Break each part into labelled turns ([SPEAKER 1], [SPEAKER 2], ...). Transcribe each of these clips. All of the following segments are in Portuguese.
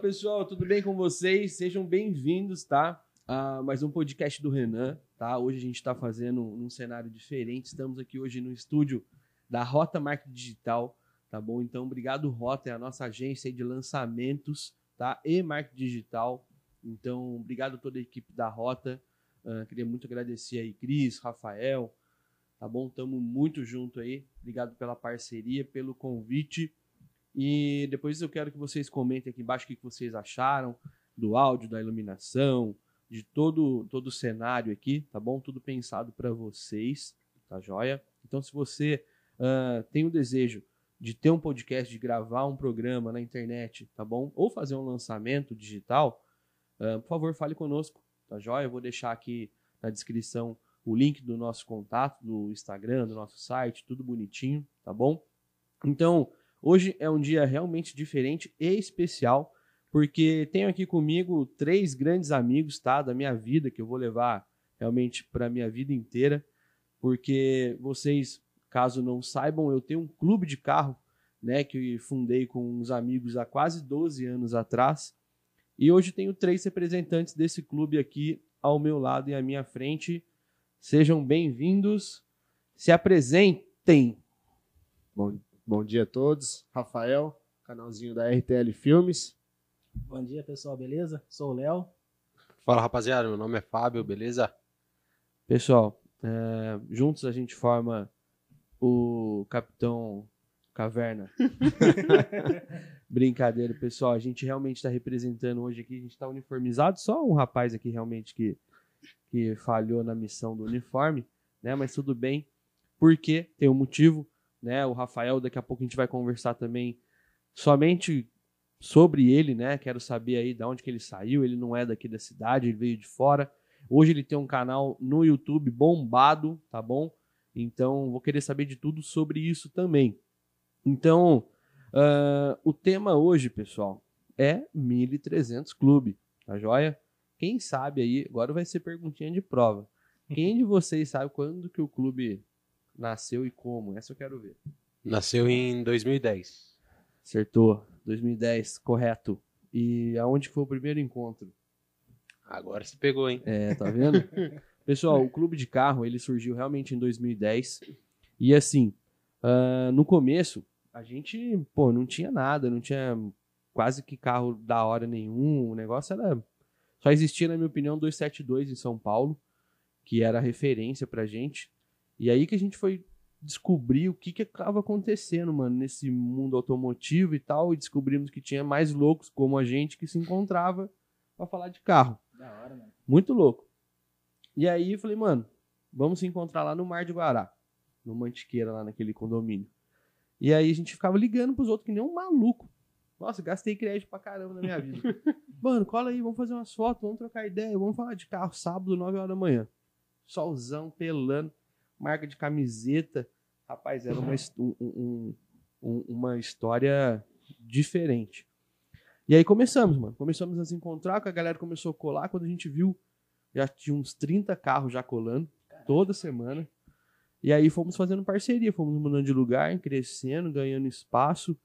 [SPEAKER 1] pessoal, tudo bem com vocês? Sejam bem-vindos, tá? A mais um podcast do Renan, tá? Hoje a gente está fazendo um cenário diferente. Estamos aqui hoje no estúdio da Rota Marketing Digital, tá bom? Então, obrigado, Rota, é a nossa agência aí de lançamentos, tá? E marketing digital. Então, obrigado a toda a equipe da Rota. Ah, queria muito agradecer aí, Cris, Rafael, tá bom? Tamo muito junto aí. Obrigado pela parceria, pelo convite. E depois eu quero que vocês comentem aqui embaixo o que que vocês acharam do áudio, da iluminação, de todo, todo o cenário aqui, tá bom? Tudo pensado para vocês, tá joia? Então, se você ah, tem o desejo de ter um podcast, de gravar um programa na internet, tá bom? Ou fazer um lançamento digital, ah, por favor, fale conosco, tá joia? Eu vou deixar aqui na descrição o link do nosso contato, do Instagram, do nosso site, tudo bonitinho, tá bom? Então, hoje é um dia realmente diferente e especial, porque tenho aqui comigo três grandes amigos, tá? Da minha vida, que eu vou levar realmente para minha vida inteira, porque vocês, caso não saibam, eu tenho um clube de carro, né? Que fundei com uns amigos há quase 12 anos atrás, e hoje tenho três representantes desse clube aqui ao meu lado e à minha frente. Sejam bem-vindos. Se apresentem.
[SPEAKER 2] Bom, bom dia a todos. Rafael, canalzinho da RTL Filmes.
[SPEAKER 3] Bom dia, pessoal, beleza? Sou o Léo.
[SPEAKER 4] Fala rapaziada, meu nome é Fábio, beleza?
[SPEAKER 1] Pessoal, é, juntos a gente forma o Capitão Caverna. Brincadeira, pessoal. A gente realmente está representando hoje aqui. A gente está uniformizado. Só um rapaz aqui realmente que, que falhou na missão do uniforme, né? Mas tudo bem, porque tem um motivo, né? O Rafael, daqui a pouco a gente vai conversar também somente sobre ele, né? Quero saber aí de onde que ele saiu. Ele não é daqui da cidade, ele veio de fora. Hoje ele tem um canal no YouTube bombado, tá bom? Então vou querer saber de tudo sobre isso também. Então, ah, o tema hoje, pessoal, é 1300 Clube, tá joia? Quem sabe aí, agora vai ser perguntinha de prova. Quem de vocês sabe quando que o clube nasceu e como? Essa eu quero ver.
[SPEAKER 4] Nasceu em 2010.
[SPEAKER 1] Acertou, 2010, correto. E aonde foi o primeiro encontro?
[SPEAKER 4] Agora se pegou, hein?
[SPEAKER 1] É, tá vendo? Pessoal, o clube de carro ele surgiu realmente em 2010. E assim, ah, no começo, a gente, pô, não tinha nada, não tinha quase que carro da hora nenhum. O negócio era. Só existia, na minha opinião, 272 em São Paulo, que era a referência pra gente. E aí que a gente foi descobrir o que que estava acontecendo, mano, nesse mundo automotivo e tal, e descobrimos que tinha mais loucos como a gente que se encontrava pra falar de carro.
[SPEAKER 3] Da hora, mano.
[SPEAKER 1] Muito louco. E aí eu falei, mano, vamos se encontrar lá no Mar de Guará, no Mantiqueira, lá naquele condomínio. E aí a gente ficava ligando pros outros que nem um maluco. Nossa, gastei crédito pra caramba na minha vida. mano, cola aí, vamos fazer umas fotos, vamos trocar ideia, vamos falar de carro sábado, 9 horas da manhã. Solzão, pelando, marca de camiseta. Rapaz, era uma, his- um- um- um- uma história diferente. E aí começamos, mano. Começamos a se encontrar, que a galera começou a colar. Quando a gente viu já tinha uns 30 carros já colando toda semana. E aí fomos fazendo parceria, fomos mudando de lugar, crescendo, ganhando espaço.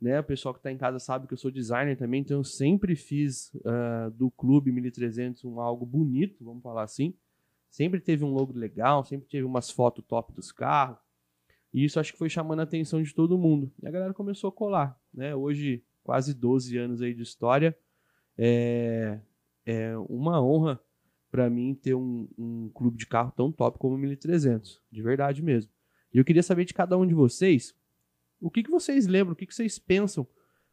[SPEAKER 1] Né? O pessoal que está em casa sabe que eu sou designer também, então eu sempre fiz ah, do clube 1300 um algo bonito, vamos falar assim. Sempre teve um logo legal, sempre teve umas fotos top dos carros. E isso acho que foi chamando a atenção de todo mundo. E a galera começou a colar. Né? Hoje, quase 12 anos aí de história. É, é uma honra para mim ter um, um clube de carro tão top como o 1300, de verdade mesmo. E eu queria saber de cada um de vocês, o que, que vocês lembram, o que, que vocês pensam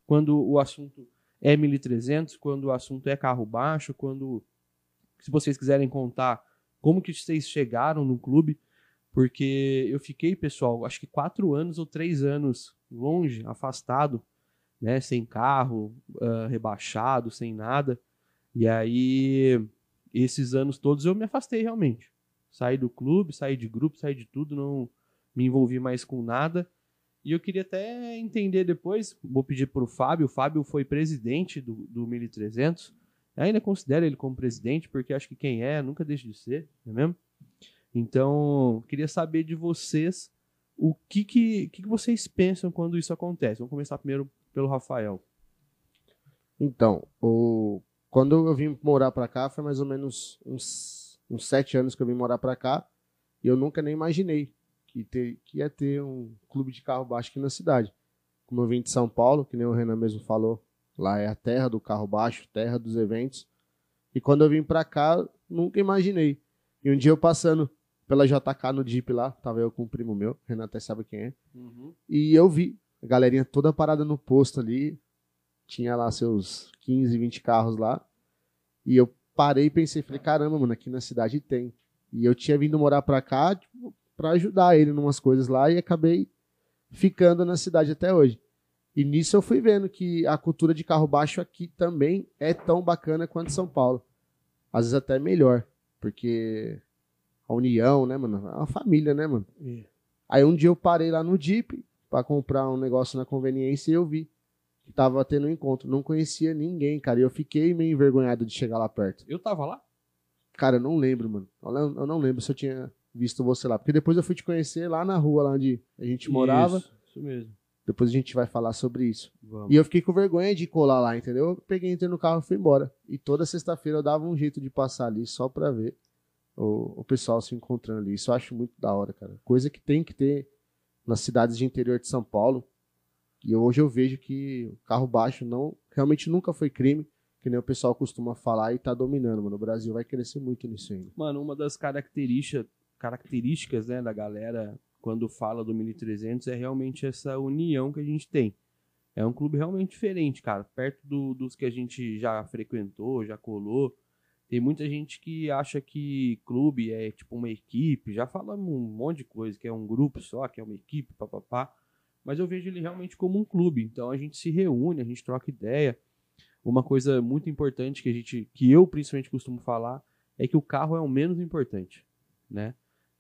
[SPEAKER 1] quando o assunto é 1300, quando o assunto é carro baixo, quando se vocês quiserem contar como que vocês chegaram no clube, porque eu fiquei, pessoal, acho que quatro anos ou três anos longe, afastado, né, sem carro, ah, rebaixado, sem nada. E aí esses anos todos eu me afastei realmente. Saí do clube, saí de grupo, saí de tudo, não me envolvi mais com nada. E eu queria até entender depois, vou pedir para o Fábio, o Fábio foi presidente do, do 1300, eu ainda considero ele como presidente, porque acho que quem é nunca deixa de ser, não é mesmo? Então, queria saber de vocês o que, que, o que que vocês pensam quando isso acontece. Vamos começar primeiro pelo Rafael.
[SPEAKER 2] Então, o... quando eu vim morar pra cá, foi mais ou menos uns, uns sete anos que eu vim morar pra cá. E eu nunca nem imaginei que, ter, que ia ter um clube de carro baixo aqui na cidade. Como eu vim de São Paulo, que nem o Renan mesmo falou, lá é a terra do carro baixo, terra dos eventos. E quando eu vim pra cá, nunca imaginei. E um dia eu passando pela JK no Jeep lá, tava eu com um primo meu, Renan até sabe quem é. E eu vi a galerinha toda parada no posto ali. Tinha lá seus 15, 20 carros lá. E eu parei e pensei, falei, caramba, mano, aqui na cidade tem. E eu tinha vindo morar pra cá tipo, pra ajudar ele em umas coisas lá e acabei ficando na cidade até hoje. E nisso eu fui vendo que a cultura de carro baixo aqui também é tão bacana quanto São Paulo. Às vezes até melhor, porque a união, né, mano? É uma família, né, mano? Aí um dia eu parei lá no Jeep pra comprar um negócio na conveniência e eu vi que tava tendo um encontro. Não conhecia ninguém, cara. E eu fiquei meio envergonhado de chegar lá perto.
[SPEAKER 1] Eu tava lá?
[SPEAKER 2] Cara, eu não lembro, mano. Eu não- eu não lembro se eu tinha visto você lá. Porque depois eu fui te conhecer lá na rua, lá onde a gente morava.
[SPEAKER 1] Isso, isso mesmo.
[SPEAKER 2] Depois a gente vai falar sobre isso.
[SPEAKER 1] Vamos.
[SPEAKER 2] E eu fiquei com vergonha de colar lá, entendeu? Eu peguei, entrei no carro e fui embora. E toda sexta-feira eu dava um jeito de passar ali só pra ver o, o pessoal se encontrando ali. Isso eu acho muito da hora, cara. Coisa que tem que ter nas cidades de interior de São Paulo. E hoje eu vejo que o carro baixo não realmente nunca foi crime, que nem o pessoal costuma falar e tá dominando, mano. O Brasil vai crescer muito nisso ainda.
[SPEAKER 1] Mano, uma das característica, características né, da galera quando fala do 1300 é realmente essa união que a gente tem. É um clube realmente diferente, cara. Perto do- dos que a gente já frequentou, já colou. Tem muita gente que acha que clube é tipo uma equipe, já falamos um monte de coisa, que é um grupo só, que é uma equipe, papapá. Mas eu vejo ele realmente como um clube. Então a gente se reúne, a gente troca ideia. Uma coisa muito importante que a gente, que eu principalmente costumo falar, é que o carro é o menos importante, né?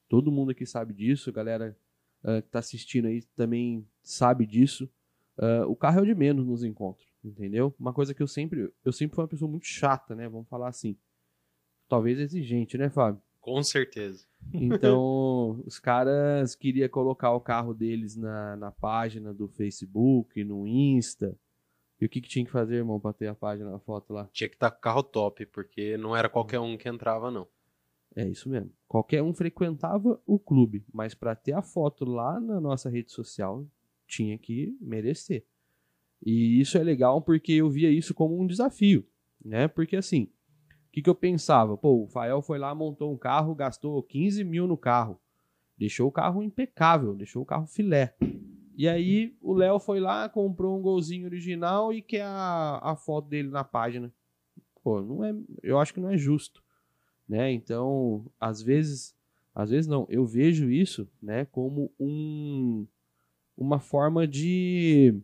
[SPEAKER 1] Todo mundo aqui sabe disso, a galera ah, que tá assistindo aí também sabe disso. Ah, o carro é o de menos nos encontros, entendeu? Uma coisa que eu sempre, eu sempre fui uma pessoa muito chata, né? Vamos falar assim. Talvez exigente, né, Fábio?
[SPEAKER 4] Com certeza.
[SPEAKER 1] Então, os caras queriam colocar o carro deles na, na página do Facebook, no Insta. E o que, que tinha que fazer, irmão, pra ter a página, a foto lá?
[SPEAKER 4] Tinha que estar com carro top, porque não era qualquer um que entrava, não.
[SPEAKER 1] É isso mesmo. Qualquer um frequentava o clube, mas para ter a foto lá na nossa rede social tinha que merecer. E isso é legal porque eu via isso como um desafio, né? Porque assim, o que, que eu pensava? Pô, o Fael foi lá, montou um carro, gastou 15 mil no carro, deixou o carro impecável, deixou o carro filé. E aí o Léo foi lá, comprou um golzinho original e quer a, a foto dele na página. Pô, não é, eu acho que não é justo né? Então, às vezes, às vezes não, eu vejo isso, né, como um uma forma de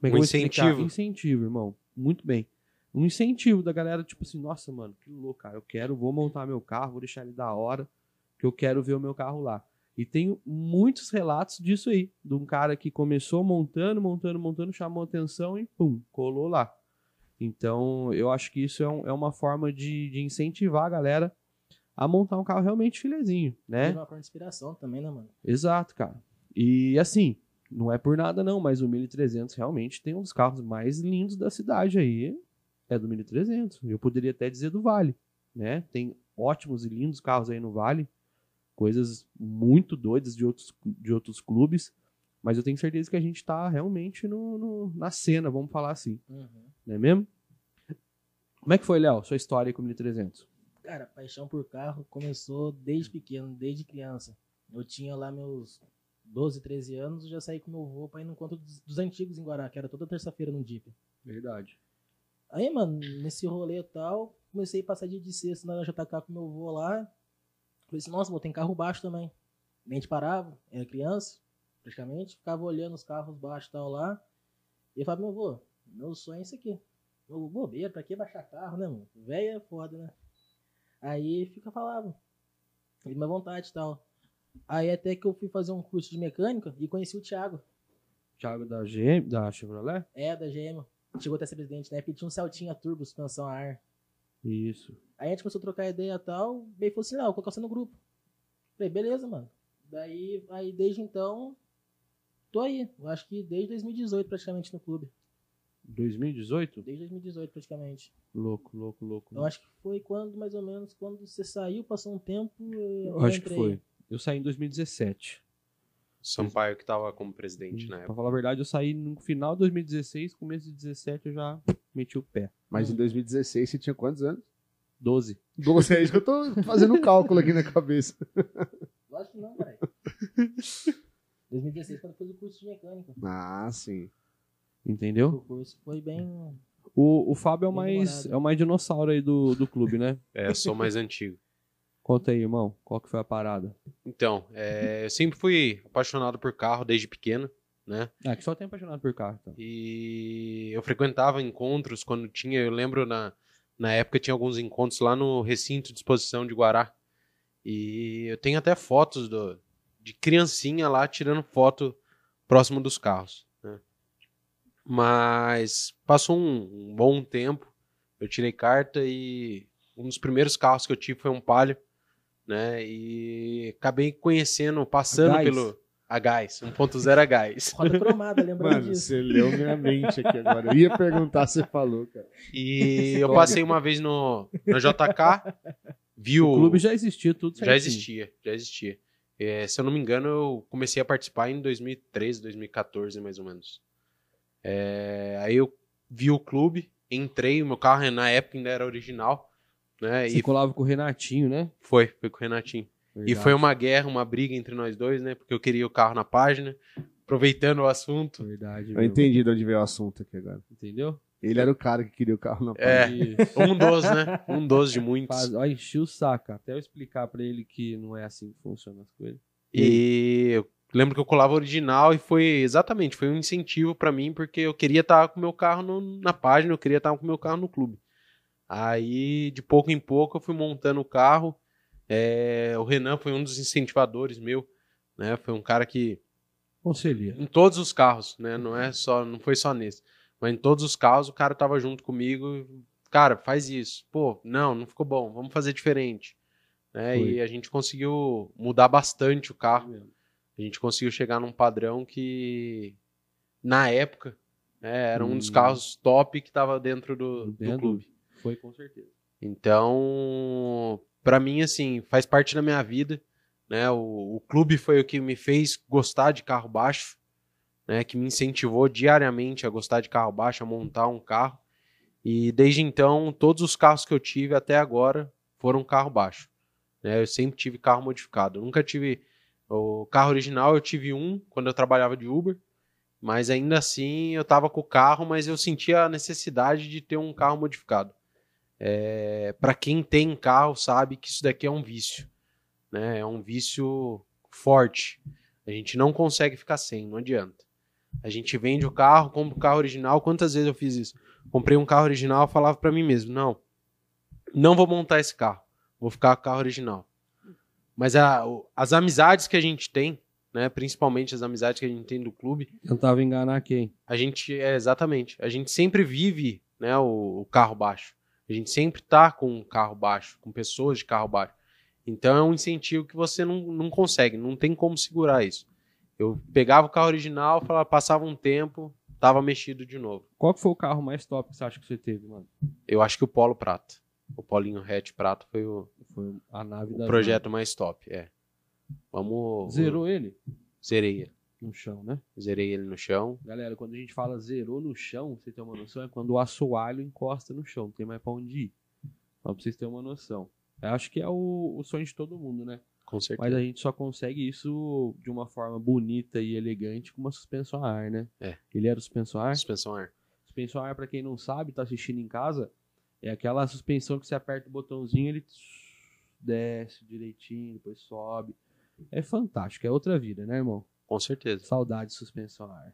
[SPEAKER 1] como é que
[SPEAKER 4] Um
[SPEAKER 1] eu vou explicar?
[SPEAKER 4] incentivo.
[SPEAKER 1] incentivo, irmão. Muito bem. Um incentivo da galera, tipo assim, nossa, mano, que louco, cara, eu quero, vou montar meu carro, vou deixar ele da hora, que eu quero ver o meu carro lá. E tenho muitos relatos disso aí, de um cara que começou montando, montando, montando, chamou atenção e pum, colou lá. Então, eu acho que isso é, um- é uma forma de, de incentivar a galera a montar um carro realmente filezinho, né?
[SPEAKER 3] Teve uma parte de inspiração também, né, mano?
[SPEAKER 1] Exato, cara. E assim, não é por nada não, mas o 1300 realmente tem um dos carros mais lindos da cidade aí. É do 1300. Eu poderia até dizer do Vale, né? Tem ótimos e lindos carros aí no Vale. Coisas muito doidas de outros, de outros clubes. Mas eu tenho certeza que a gente tá realmente no, no- na cena, vamos falar assim,
[SPEAKER 3] Uhum.
[SPEAKER 1] não é mesmo? Como é que foi, Léo, sua história aí com o 1300?
[SPEAKER 3] Cara, a paixão por carro começou desde pequeno, desde criança. Eu tinha lá meus 12, 13 anos, eu já saí com meu avô pra ir no encontro dos, dos antigos em Guará, que era toda terça-feira no Jeep.
[SPEAKER 1] Verdade.
[SPEAKER 3] Aí, mano, nesse rolê e tal, comecei a passar dia de sexta na JK com meu avô lá. Falei assim, nossa, vou tem carro baixo também. Nem te parava, era criança, praticamente. Ficava olhando os carros baixos e tal lá. E eu falava, meu avô, meu sonho é isso aqui. Meu avô, bobeira, pra que baixar carro, né, mano? Véia é foda, né? Aí fica falava. Fiz minha vontade e tal. Aí até que eu fui fazer um curso de mecânica e conheci o Thiago.
[SPEAKER 1] Thiago da GM, da Chevrolet?
[SPEAKER 3] É, da GM. Chegou até ser presidente, né? Pediu um Celtinha turbo, suspensão a ar.
[SPEAKER 1] Isso.
[SPEAKER 3] Aí a gente começou a trocar ideia e tal. O Bey falou assim: não, vou colocar você no grupo. Falei, beleza, mano. Daí, aí desde então, tô aí. Eu acho que desde 2018 praticamente no clube.
[SPEAKER 1] 2018?
[SPEAKER 3] Desde 2018, praticamente.
[SPEAKER 1] Louco, louco, louco.
[SPEAKER 3] Eu acho que foi quando, mais ou menos, quando você saiu, passou um tempo. Eu,
[SPEAKER 1] Eu acho que foi. Eu saí em 2017.
[SPEAKER 4] Sampaio que tava como presidente na
[SPEAKER 1] Pra
[SPEAKER 4] época.
[SPEAKER 1] falar a verdade, eu saí no final de 2016, começo de 17 eu já meti o pé.
[SPEAKER 2] Mas em 2016 você tinha quantos anos?
[SPEAKER 1] 12.
[SPEAKER 2] 12 anos. Eu tô fazendo um cálculo aqui na cabeça.
[SPEAKER 3] Lógico que não, cara. 2016, quando fez o curso de mecânica.
[SPEAKER 2] Ah, sim.
[SPEAKER 1] Entendeu?
[SPEAKER 3] O curso foi bem.
[SPEAKER 1] O, o Fábio é o
[SPEAKER 3] Bem
[SPEAKER 1] mais,
[SPEAKER 3] demorado.
[SPEAKER 1] é o mais dinossauro aí do, do clube, né?
[SPEAKER 4] É, sou mais antigo.
[SPEAKER 1] Conta aí, irmão. Qual que foi a parada?
[SPEAKER 4] Então, é, eu sempre fui apaixonado por carro desde pequeno, né?
[SPEAKER 1] Ah, que só tem apaixonado por carro, então.
[SPEAKER 4] E eu frequentava encontros quando tinha, eu lembro na, na época tinha alguns encontros lá no recinto de exposição de Guará. E eu tenho até fotos do, de criancinha lá tirando foto próximo dos carros. né? Mas passou um, um bom tempo, eu tirei carta e um dos primeiros carros que eu tive foi um Palio, né? E acabei conhecendo, passando
[SPEAKER 1] A gás?
[SPEAKER 4] pelo a gás, 1.0 a gás.
[SPEAKER 3] Roda cromada, lembrando
[SPEAKER 2] Mano,
[SPEAKER 3] disso.
[SPEAKER 2] você leu minha mente aqui agora. Eu ia perguntar, você falou, cara.
[SPEAKER 4] E eu passei uma vez no, no JK, vi o.
[SPEAKER 1] O clube já existia, tudo
[SPEAKER 4] já
[SPEAKER 1] certinho.
[SPEAKER 4] existia, já existia. É, se eu não me engano, eu comecei a participar em 2013, 2014, mais ou menos. É, aí eu vi o clube, entrei, o meu carro na época ainda era original, né?
[SPEAKER 1] Você
[SPEAKER 4] e
[SPEAKER 1] colava com o Renatinho, né?
[SPEAKER 4] foi, foi com o Renatinho. E
[SPEAKER 1] Verdade.
[SPEAKER 4] foi uma guerra, uma briga entre nós dois, né? Porque eu queria o carro na página, aproveitando o assunto.
[SPEAKER 1] Verdade,
[SPEAKER 2] Eu
[SPEAKER 1] meu.
[SPEAKER 2] entendi de onde veio o assunto aqui agora.
[SPEAKER 1] Entendeu?
[SPEAKER 2] Ele era o cara que queria o carro na
[SPEAKER 4] É.
[SPEAKER 1] E
[SPEAKER 4] Um dos, né? Um dos de muitos.
[SPEAKER 1] faz... Ó, enchi o saco. Até eu explicar pra ele que não é assim que funcionam as coisas.
[SPEAKER 4] E eu lembro que eu colava original e foi exatamente, foi um incentivo pra mim, porque eu queria estar com o meu carro no- na página, eu queria estar com o meu carro no clube. Aí, de pouco em pouco, eu fui montando o carro. É, o Renan foi um dos incentivadores meu, né? Foi um cara que
[SPEAKER 1] Conselheiro.
[SPEAKER 4] em todos os carros, né? Não é só, não foi só nesse, mas em todos os carros o cara tava junto comigo. Cara, faz isso. Pô, não, não ficou bom. Vamos fazer diferente. Né?
[SPEAKER 1] Foi.
[SPEAKER 4] E a gente conseguiu mudar bastante o carro. A gente conseguiu chegar num padrão que, na época, né, era um dos
[SPEAKER 1] Hum.
[SPEAKER 4] carros top que estava dentro do, do
[SPEAKER 1] Dentro.
[SPEAKER 4] clube.
[SPEAKER 1] Foi com certeza.
[SPEAKER 4] Então, pra mim, assim, faz parte da minha vida. Né? O, o clube foi o que me fez gostar de carro baixo, né? que me incentivou diariamente a gostar de carro baixo, a montar um carro. E desde então, todos os carros que eu tive até agora foram carro baixo. né? Eu sempre tive carro modificado. Eu nunca tive. O carro original eu tive um quando eu trabalhava de Uber, mas ainda assim eu tava com o carro, mas eu sentia a necessidade de ter um carro modificado. É, para quem tem carro sabe que isso daqui é um vício, né? É um vício forte. A gente não consegue ficar sem, não adianta. A gente vende o carro, compra o carro original. Quantas vezes eu fiz isso? Comprei um carro original, eu falava para mim mesmo, não, não vou montar esse carro, vou ficar com o carro original. Mas a- o- as amizades que a gente tem, né? Principalmente as amizades que a gente tem do clube,
[SPEAKER 1] Tentava enganar quem?
[SPEAKER 4] a gente, é, exatamente. A gente sempre vive né, o, o carro baixo. A gente sempre tá com um carro baixo, com pessoas de carro baixo. Então é um incentivo que você não, não consegue, não tem como segurar isso. Eu pegava o carro original, falava, passava um tempo, tava mexido de novo.
[SPEAKER 1] Qual que foi o carro mais top que você acha que você teve, mano?
[SPEAKER 4] Eu acho que o Polo Prata, o Polinho Hatch Prata foi o,
[SPEAKER 1] Foi a nave
[SPEAKER 4] o
[SPEAKER 1] da
[SPEAKER 4] projeto mais top. É. Vamos.
[SPEAKER 1] Zerou ele?
[SPEAKER 4] Zerei.
[SPEAKER 1] No chão, né?
[SPEAKER 4] Zerei ele no chão.
[SPEAKER 1] Galera, quando a gente fala zerou no chão, pra você ter uma noção, é quando o assoalho encosta no chão, não tem mais pra onde ir. Só pra vocês terem uma noção. Eu acho que é o, o sonho de todo mundo, né?
[SPEAKER 4] Com certeza.
[SPEAKER 1] Mas a gente só consegue isso de uma forma bonita e elegante com uma suspensão a ar, né?
[SPEAKER 4] É.
[SPEAKER 1] Ele era suspensão a ar?
[SPEAKER 4] Suspensão a ar.
[SPEAKER 1] Suspensão a ar, pra quem não sabe, tá assistindo em casa, é aquela suspensão que você aperta o botãozinho, ele desce direitinho, depois sobe. É fantástico, é outra vida, né, irmão?
[SPEAKER 4] Com certeza.
[SPEAKER 1] Saudade de suspensão a ar.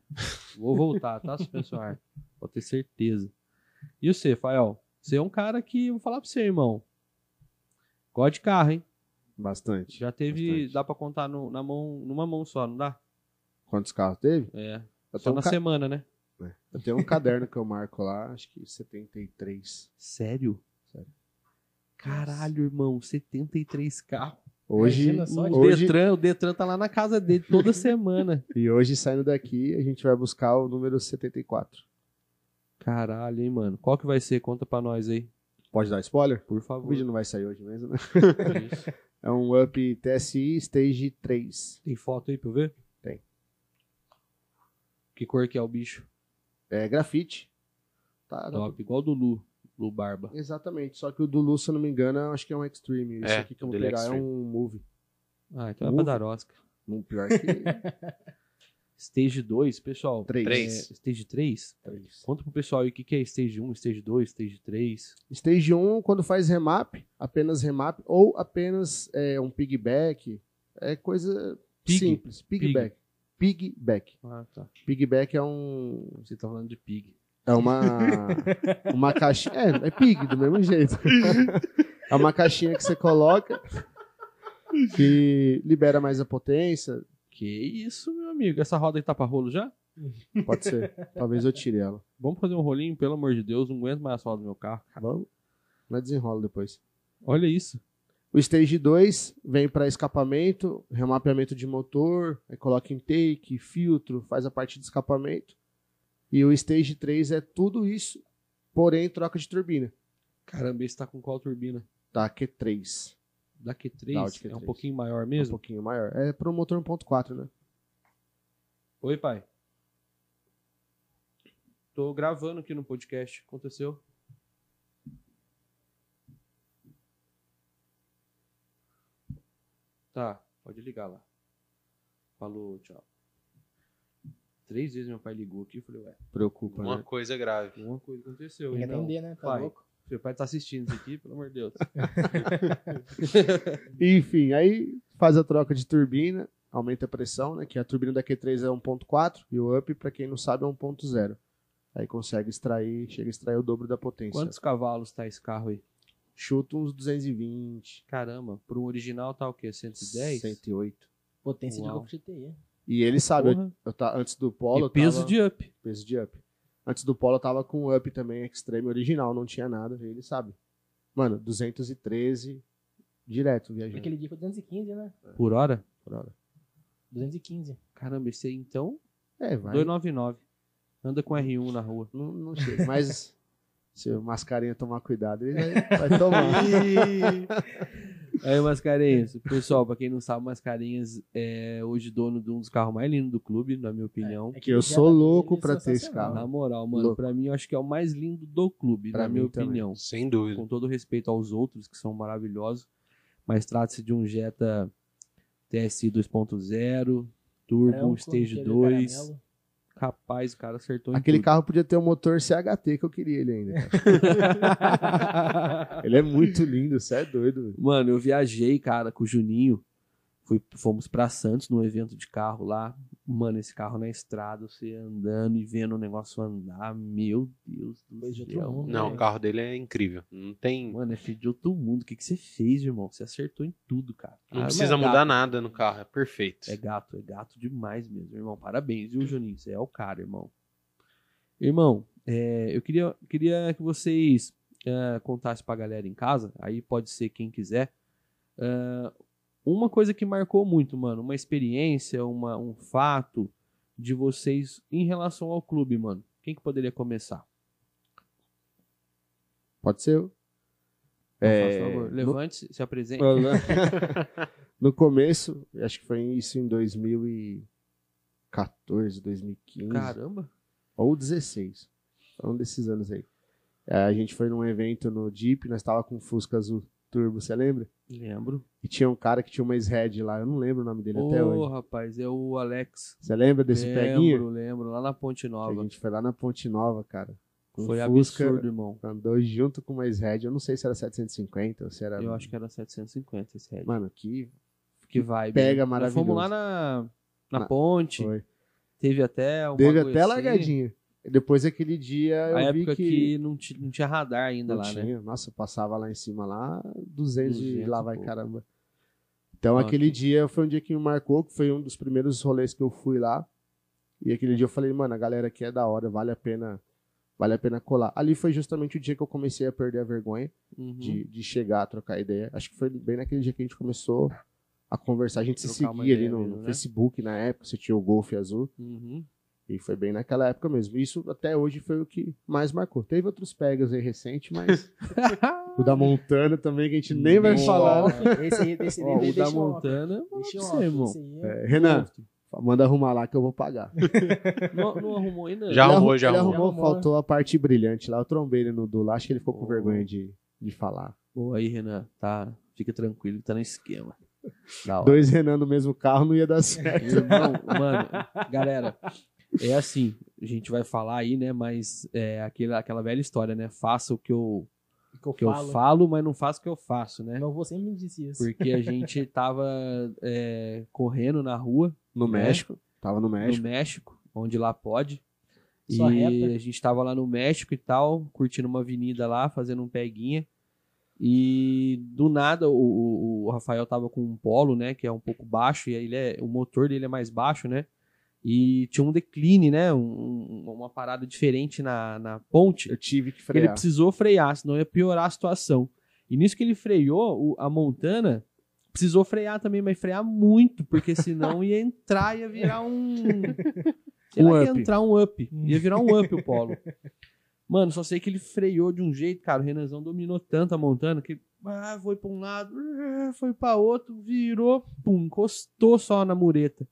[SPEAKER 1] Vou voltar, tá? Suspensão a ar. Pode ter certeza. E você, Fael? Você é um cara que, vou falar pra você, irmão. Gosta de carro, hein?
[SPEAKER 2] Bastante.
[SPEAKER 1] Já teve,
[SPEAKER 2] Bastante.
[SPEAKER 1] dá pra contar no- na mão, numa mão só, não dá?
[SPEAKER 2] Quantos carros teve?
[SPEAKER 1] É.
[SPEAKER 2] Eu
[SPEAKER 1] Só
[SPEAKER 2] tenho,
[SPEAKER 1] na
[SPEAKER 2] um ca-
[SPEAKER 1] semana, né?
[SPEAKER 2] eu tenho um caderno que eu marco lá, acho que 73.
[SPEAKER 1] Sério?
[SPEAKER 2] Sério.
[SPEAKER 1] Caralho, irmão, 73 carros.
[SPEAKER 2] Hoje,
[SPEAKER 3] Imagina só,
[SPEAKER 1] O
[SPEAKER 2] hoje
[SPEAKER 1] Detran, o Detran tá lá na casa dele toda semana.
[SPEAKER 2] e hoje saindo daqui, a gente vai buscar o número 74.
[SPEAKER 1] Caralho, hein, mano. Qual que vai ser? Conta pra nós aí,
[SPEAKER 2] Pode dar spoiler?
[SPEAKER 1] por
[SPEAKER 2] O
[SPEAKER 1] favor.
[SPEAKER 2] vídeo não vai sair hoje mesmo, né? É um Up TSI Stage 3.
[SPEAKER 1] Tem foto aí pra eu ver?
[SPEAKER 2] Tem.
[SPEAKER 1] Que cor que é o bicho?
[SPEAKER 2] É grafite. Tá,
[SPEAKER 1] Top, igual do Lu, Lu Barba.
[SPEAKER 2] Exatamente. Só que o do Lu, se eu não me engano, eu acho que é um Extreme. Esse
[SPEAKER 4] É,
[SPEAKER 2] aqui que eu
[SPEAKER 4] o
[SPEAKER 2] vou
[SPEAKER 4] dele é
[SPEAKER 2] pegar é
[SPEAKER 4] Extreme.
[SPEAKER 2] um Move.
[SPEAKER 1] Ah, então é pra
[SPEAKER 2] Uva.
[SPEAKER 1] dar Oscar.
[SPEAKER 2] Um pior que
[SPEAKER 1] Stage 2, pessoal.
[SPEAKER 2] 3.
[SPEAKER 4] Três.
[SPEAKER 1] É, stage 3? Conta pro pessoal aí o que, que é Stage 1, Stage 2, Stage 3.
[SPEAKER 2] Stage 1, quando faz remap, apenas remap ou apenas é, um pigback. É coisa
[SPEAKER 1] Pig.
[SPEAKER 2] simples. Pigback. Pigback.
[SPEAKER 1] Ah, tá.
[SPEAKER 2] Pigback é um.
[SPEAKER 1] Você tá falando de pig.
[SPEAKER 2] É uma. uma caixinha. É, é pig, do mesmo jeito. é uma caixinha que você coloca que libera mais a potência.
[SPEAKER 1] Que isso, meu amigo. Essa roda aí tá pra rolo já?
[SPEAKER 2] Pode ser. Talvez eu tire ela.
[SPEAKER 1] Vamos fazer um rolinho, pelo amor de Deus. Não aguento mais a roda do meu carro.
[SPEAKER 2] Vamos? Mas desenrola depois.
[SPEAKER 1] Olha isso.
[SPEAKER 2] O stage 2 vem para escapamento, remapeamento de motor, aí coloca intake, filtro, faz a parte de escapamento. E o stage 3 é tudo isso, porém troca de turbina.
[SPEAKER 1] Caramba, esse tá com qual turbina?
[SPEAKER 2] Tá, Q3.
[SPEAKER 1] Da
[SPEAKER 2] Da
[SPEAKER 1] Q3?
[SPEAKER 2] Audi Q3.
[SPEAKER 1] É um pouquinho maior
[SPEAKER 2] Um
[SPEAKER 1] mesmo?
[SPEAKER 2] pouquinho maior. É pro motor 1.4, né?
[SPEAKER 1] Oi, pai. Tô gravando aqui no podcast. Aconteceu? Tá, pode ligar lá. Falou, tchau. Três vezes meu pai ligou aqui e falei, ué,
[SPEAKER 2] Preocupa,
[SPEAKER 4] Uma
[SPEAKER 2] né?
[SPEAKER 4] coisa grave.
[SPEAKER 1] alguma coisa aconteceu.
[SPEAKER 3] Tem que
[SPEAKER 1] Então,
[SPEAKER 3] atender, né? Tá
[SPEAKER 1] pai.
[SPEAKER 3] louco?
[SPEAKER 1] Seu pai tá assistindo isso aqui, pelo amor de Deus.
[SPEAKER 2] Enfim, aí faz a troca de turbina, aumenta a pressão, né? Que a turbina da Q3 é 1.4 e o up, para quem não sabe, é 1.0. Aí consegue extrair, chega a extrair o dobro da potência.
[SPEAKER 1] Quantos cavalos tá esse carro aí?
[SPEAKER 2] Chuta uns 220.
[SPEAKER 1] Caramba, pro original tá o quê? 110?
[SPEAKER 2] 108.
[SPEAKER 3] Potência
[SPEAKER 1] Uau.
[SPEAKER 3] de golpe GTI.
[SPEAKER 2] E ele sabe, eu,
[SPEAKER 1] Porra.
[SPEAKER 2] eu ta- antes do Polo.
[SPEAKER 1] e peso
[SPEAKER 2] eu tava,
[SPEAKER 1] de up.
[SPEAKER 2] peso de up. Antes do Polo eu tava com o up também, extreme original, não tinha nada, e ele sabe. Mano, 213 direto viajando
[SPEAKER 3] Aquele dia foi 215, né?
[SPEAKER 1] Por hora?
[SPEAKER 2] por hora.
[SPEAKER 3] 215.
[SPEAKER 1] Caramba, esse aí então
[SPEAKER 2] É, vai.
[SPEAKER 1] 299. Anda com R1 na rua.
[SPEAKER 2] Não, não chega, mas se o Mascarinha tomar cuidado, ele vai, vai tomar.
[SPEAKER 1] Aí, É, Mascarenhas. Pessoal, pra quem não sabe, Mascarenhas é hoje dono de um dos carros mais lindos do clube, na minha opinião.
[SPEAKER 3] É
[SPEAKER 2] Que eu
[SPEAKER 3] ele já
[SPEAKER 2] sou
[SPEAKER 3] tá-
[SPEAKER 2] louco
[SPEAKER 3] ele é
[SPEAKER 2] pra ter esse
[SPEAKER 3] sensacional.
[SPEAKER 1] Na moral, mano,
[SPEAKER 2] Louco.
[SPEAKER 1] pra mim eu acho que é o mais lindo do clube,
[SPEAKER 2] Pra
[SPEAKER 1] na minha
[SPEAKER 2] mim também.
[SPEAKER 1] opinião.
[SPEAKER 4] Sem dúvida.
[SPEAKER 1] Com todo respeito aos outros, que são maravilhosos, mas trata-se de um Jetta TSI 2.0, Turbo,
[SPEAKER 3] Branco,
[SPEAKER 1] Stage
[SPEAKER 3] aquele
[SPEAKER 1] 2.
[SPEAKER 3] caramelo.
[SPEAKER 1] Capaz, o cara acertou
[SPEAKER 2] Aquele
[SPEAKER 1] em tudo.
[SPEAKER 2] carro podia ter um motor CHT que eu queria ele ainda. cara. Ele é muito lindo, você é doido. velho.
[SPEAKER 1] Mano, eu viajei, cara, com o Juninho. Fui, fomos pra Santos num evento de carro lá. Mano, esse carro na estrada, você andando e vendo o negócio andar. Meu Deus do
[SPEAKER 3] Coisa de outro
[SPEAKER 1] céu.
[SPEAKER 3] mundo, né?
[SPEAKER 1] mano.
[SPEAKER 4] Não, o carro dele é incrível. Não tem.
[SPEAKER 1] Mano, é filho de outro mundo. O que, que você fez, irmão? Você acertou em tudo, cara.
[SPEAKER 4] Não
[SPEAKER 1] Ah,
[SPEAKER 4] precisa
[SPEAKER 1] mas é
[SPEAKER 4] mudar
[SPEAKER 1] gato.
[SPEAKER 4] nada no carro. É perfeito.
[SPEAKER 1] É gato, é gato demais mesmo, irmão. Parabéns, viu, Juninho? Você é o cara, irmão. Irmão, é, eu queria, queria que vocês é, contassem pra galera em casa, aí pode ser quem quiser. é, uma coisa que marcou muito, mano, uma experiência, uma, um fato de vocês em relação ao clube, mano. Quem que poderia começar?
[SPEAKER 2] Pode ser eu? É,
[SPEAKER 1] Por favor, levante, se apresente.
[SPEAKER 2] Não, né? no começo, acho que foi isso em 2014, 2015
[SPEAKER 1] Caramba.
[SPEAKER 2] ou 16. Foi Um desses anos aí. É, A gente foi num evento no Jeep, nós tava com o Fusca Azul Turbo, você lembra?
[SPEAKER 1] Lembro.
[SPEAKER 2] E tinha um cara que tinha uma ex-head lá, eu não lembro o nome dele
[SPEAKER 1] Ô,
[SPEAKER 2] até hoje.
[SPEAKER 1] rapaz, é o Alex.
[SPEAKER 2] Você lembra desse
[SPEAKER 1] lembro,
[SPEAKER 2] peguinho?
[SPEAKER 1] lembro, lá na Ponte
[SPEAKER 2] Que a
[SPEAKER 1] Nova.
[SPEAKER 2] gente foi lá na Ponte Nova, cara. Com
[SPEAKER 1] Foi
[SPEAKER 2] o Fusca,
[SPEAKER 1] absurdo, irmão.
[SPEAKER 2] Andou junto com uma ex-head, eu não sei se era 750 ou se era...
[SPEAKER 1] Eu acho que era 750 esse head.
[SPEAKER 2] Mano, que
[SPEAKER 1] que vibe.
[SPEAKER 2] pega
[SPEAKER 1] né? Nós Fomos lá
[SPEAKER 2] maravilhoso.
[SPEAKER 1] na, na
[SPEAKER 2] Na-
[SPEAKER 1] ponte,
[SPEAKER 2] foi.
[SPEAKER 1] teve até uma
[SPEAKER 2] Teve
[SPEAKER 1] coisa
[SPEAKER 2] até
[SPEAKER 1] assim,
[SPEAKER 2] largadinha. Depois daquele dia eu
[SPEAKER 1] A
[SPEAKER 2] vi
[SPEAKER 1] época
[SPEAKER 2] que,
[SPEAKER 1] que, não, ti- não tinha radar ainda
[SPEAKER 2] não
[SPEAKER 1] lá, né?
[SPEAKER 2] tinha. Nossa, eu passava lá em cima lá, 200, e
[SPEAKER 1] 200
[SPEAKER 2] lá
[SPEAKER 1] e
[SPEAKER 2] vai
[SPEAKER 1] pouco.
[SPEAKER 2] caramba. Então
[SPEAKER 1] Ah,
[SPEAKER 2] aquele
[SPEAKER 1] que-
[SPEAKER 2] dia foi um dia que me marcou, que foi um dos primeiros rolês que eu fui lá. E aquele dia eu falei, mano, a galera aqui é da hora, vale a pena, vale a pena colar. Ali foi justamente o dia que eu comecei a perder a vergonha
[SPEAKER 1] Uhum.
[SPEAKER 2] de, de chegar, trocar ideia. Acho que foi bem naquele dia que a gente começou a conversar, a gente se
[SPEAKER 1] Trocar uma
[SPEAKER 2] seguia ali
[SPEAKER 1] ideia
[SPEAKER 2] no,
[SPEAKER 1] mesmo,
[SPEAKER 2] no
[SPEAKER 1] né?
[SPEAKER 2] Facebook na época, você tinha o Golf Azul.
[SPEAKER 1] Uhum.
[SPEAKER 2] E E foi bem naquela época mesmo. Isso até hoje foi o que mais marcou. Teve outros pegas aí recente, mas o da Montana também, que a gente nem vai
[SPEAKER 1] Nossa.
[SPEAKER 2] falar. né?
[SPEAKER 3] Esse aí, esse
[SPEAKER 1] Ó,
[SPEAKER 3] aí,
[SPEAKER 1] o da
[SPEAKER 3] deixa eu- um
[SPEAKER 1] Montana,
[SPEAKER 3] deixa
[SPEAKER 1] deixa
[SPEAKER 3] eu- assim,
[SPEAKER 1] você, irmão.
[SPEAKER 3] esse aí.
[SPEAKER 2] É, Renan,
[SPEAKER 1] Monstro.
[SPEAKER 2] manda arrumar lá que eu vou pagar.
[SPEAKER 1] Não, não arrumou ainda?
[SPEAKER 4] Já
[SPEAKER 2] Ele
[SPEAKER 4] arrumou,
[SPEAKER 2] arru-
[SPEAKER 4] já
[SPEAKER 2] ele
[SPEAKER 4] arrumou.
[SPEAKER 2] arrumou,
[SPEAKER 3] Já arrumou,
[SPEAKER 2] faltou a parte brilhante lá. Eu trombei ele no do lá, acho que ele ficou com
[SPEAKER 1] Oh.
[SPEAKER 2] vergonha de, de falar.
[SPEAKER 1] Boa aí, Renan. Tá, fica tranquilo, tá no esquema. Da hora.
[SPEAKER 2] Dois Renan no mesmo carro não ia dar certo.
[SPEAKER 1] Irmão, mano, galera, é assim, a gente vai falar aí, né, mas é aquela, aquela velha história, né, faça o que eu,
[SPEAKER 3] Que eu
[SPEAKER 1] que eu
[SPEAKER 3] falo.
[SPEAKER 1] falo, mas não faça o que eu faço, né,
[SPEAKER 3] Meu avô sempre me assim. disse isso.
[SPEAKER 1] porque a gente tava é, correndo na rua,
[SPEAKER 2] No
[SPEAKER 1] né,
[SPEAKER 2] México, tava no México.
[SPEAKER 1] no México, onde lá pode,
[SPEAKER 3] Só
[SPEAKER 1] e
[SPEAKER 3] reta.
[SPEAKER 1] a gente tava lá no México e tal, curtindo uma avenida lá, fazendo um peguinha. E do nada o, o- o Rafael tava com um polo, né? Que é um pouco baixo, e aí ele é, o motor dele é mais baixo, né? E tinha um decline, né? um- um- uma parada diferente na, na ponte.
[SPEAKER 2] Eu tive que
[SPEAKER 1] que Ele
[SPEAKER 2] frear.
[SPEAKER 1] precisou frear, senão ia piorar a situação. E nisso que ele freou, o- a Montana precisou frear também, mas frear muito, porque senão ia entrar, ia virar um. Sei
[SPEAKER 2] Um
[SPEAKER 1] lá, ia
[SPEAKER 2] up.
[SPEAKER 1] entrar um up. Ia virar um up o Polo. Mano, só sei que ele freou de um jeito, cara. O Renanzão dominou tanto a Montana que ele, ah, foi pra um lado, ah, foi pra outro, virou, pum, encostou só na mureta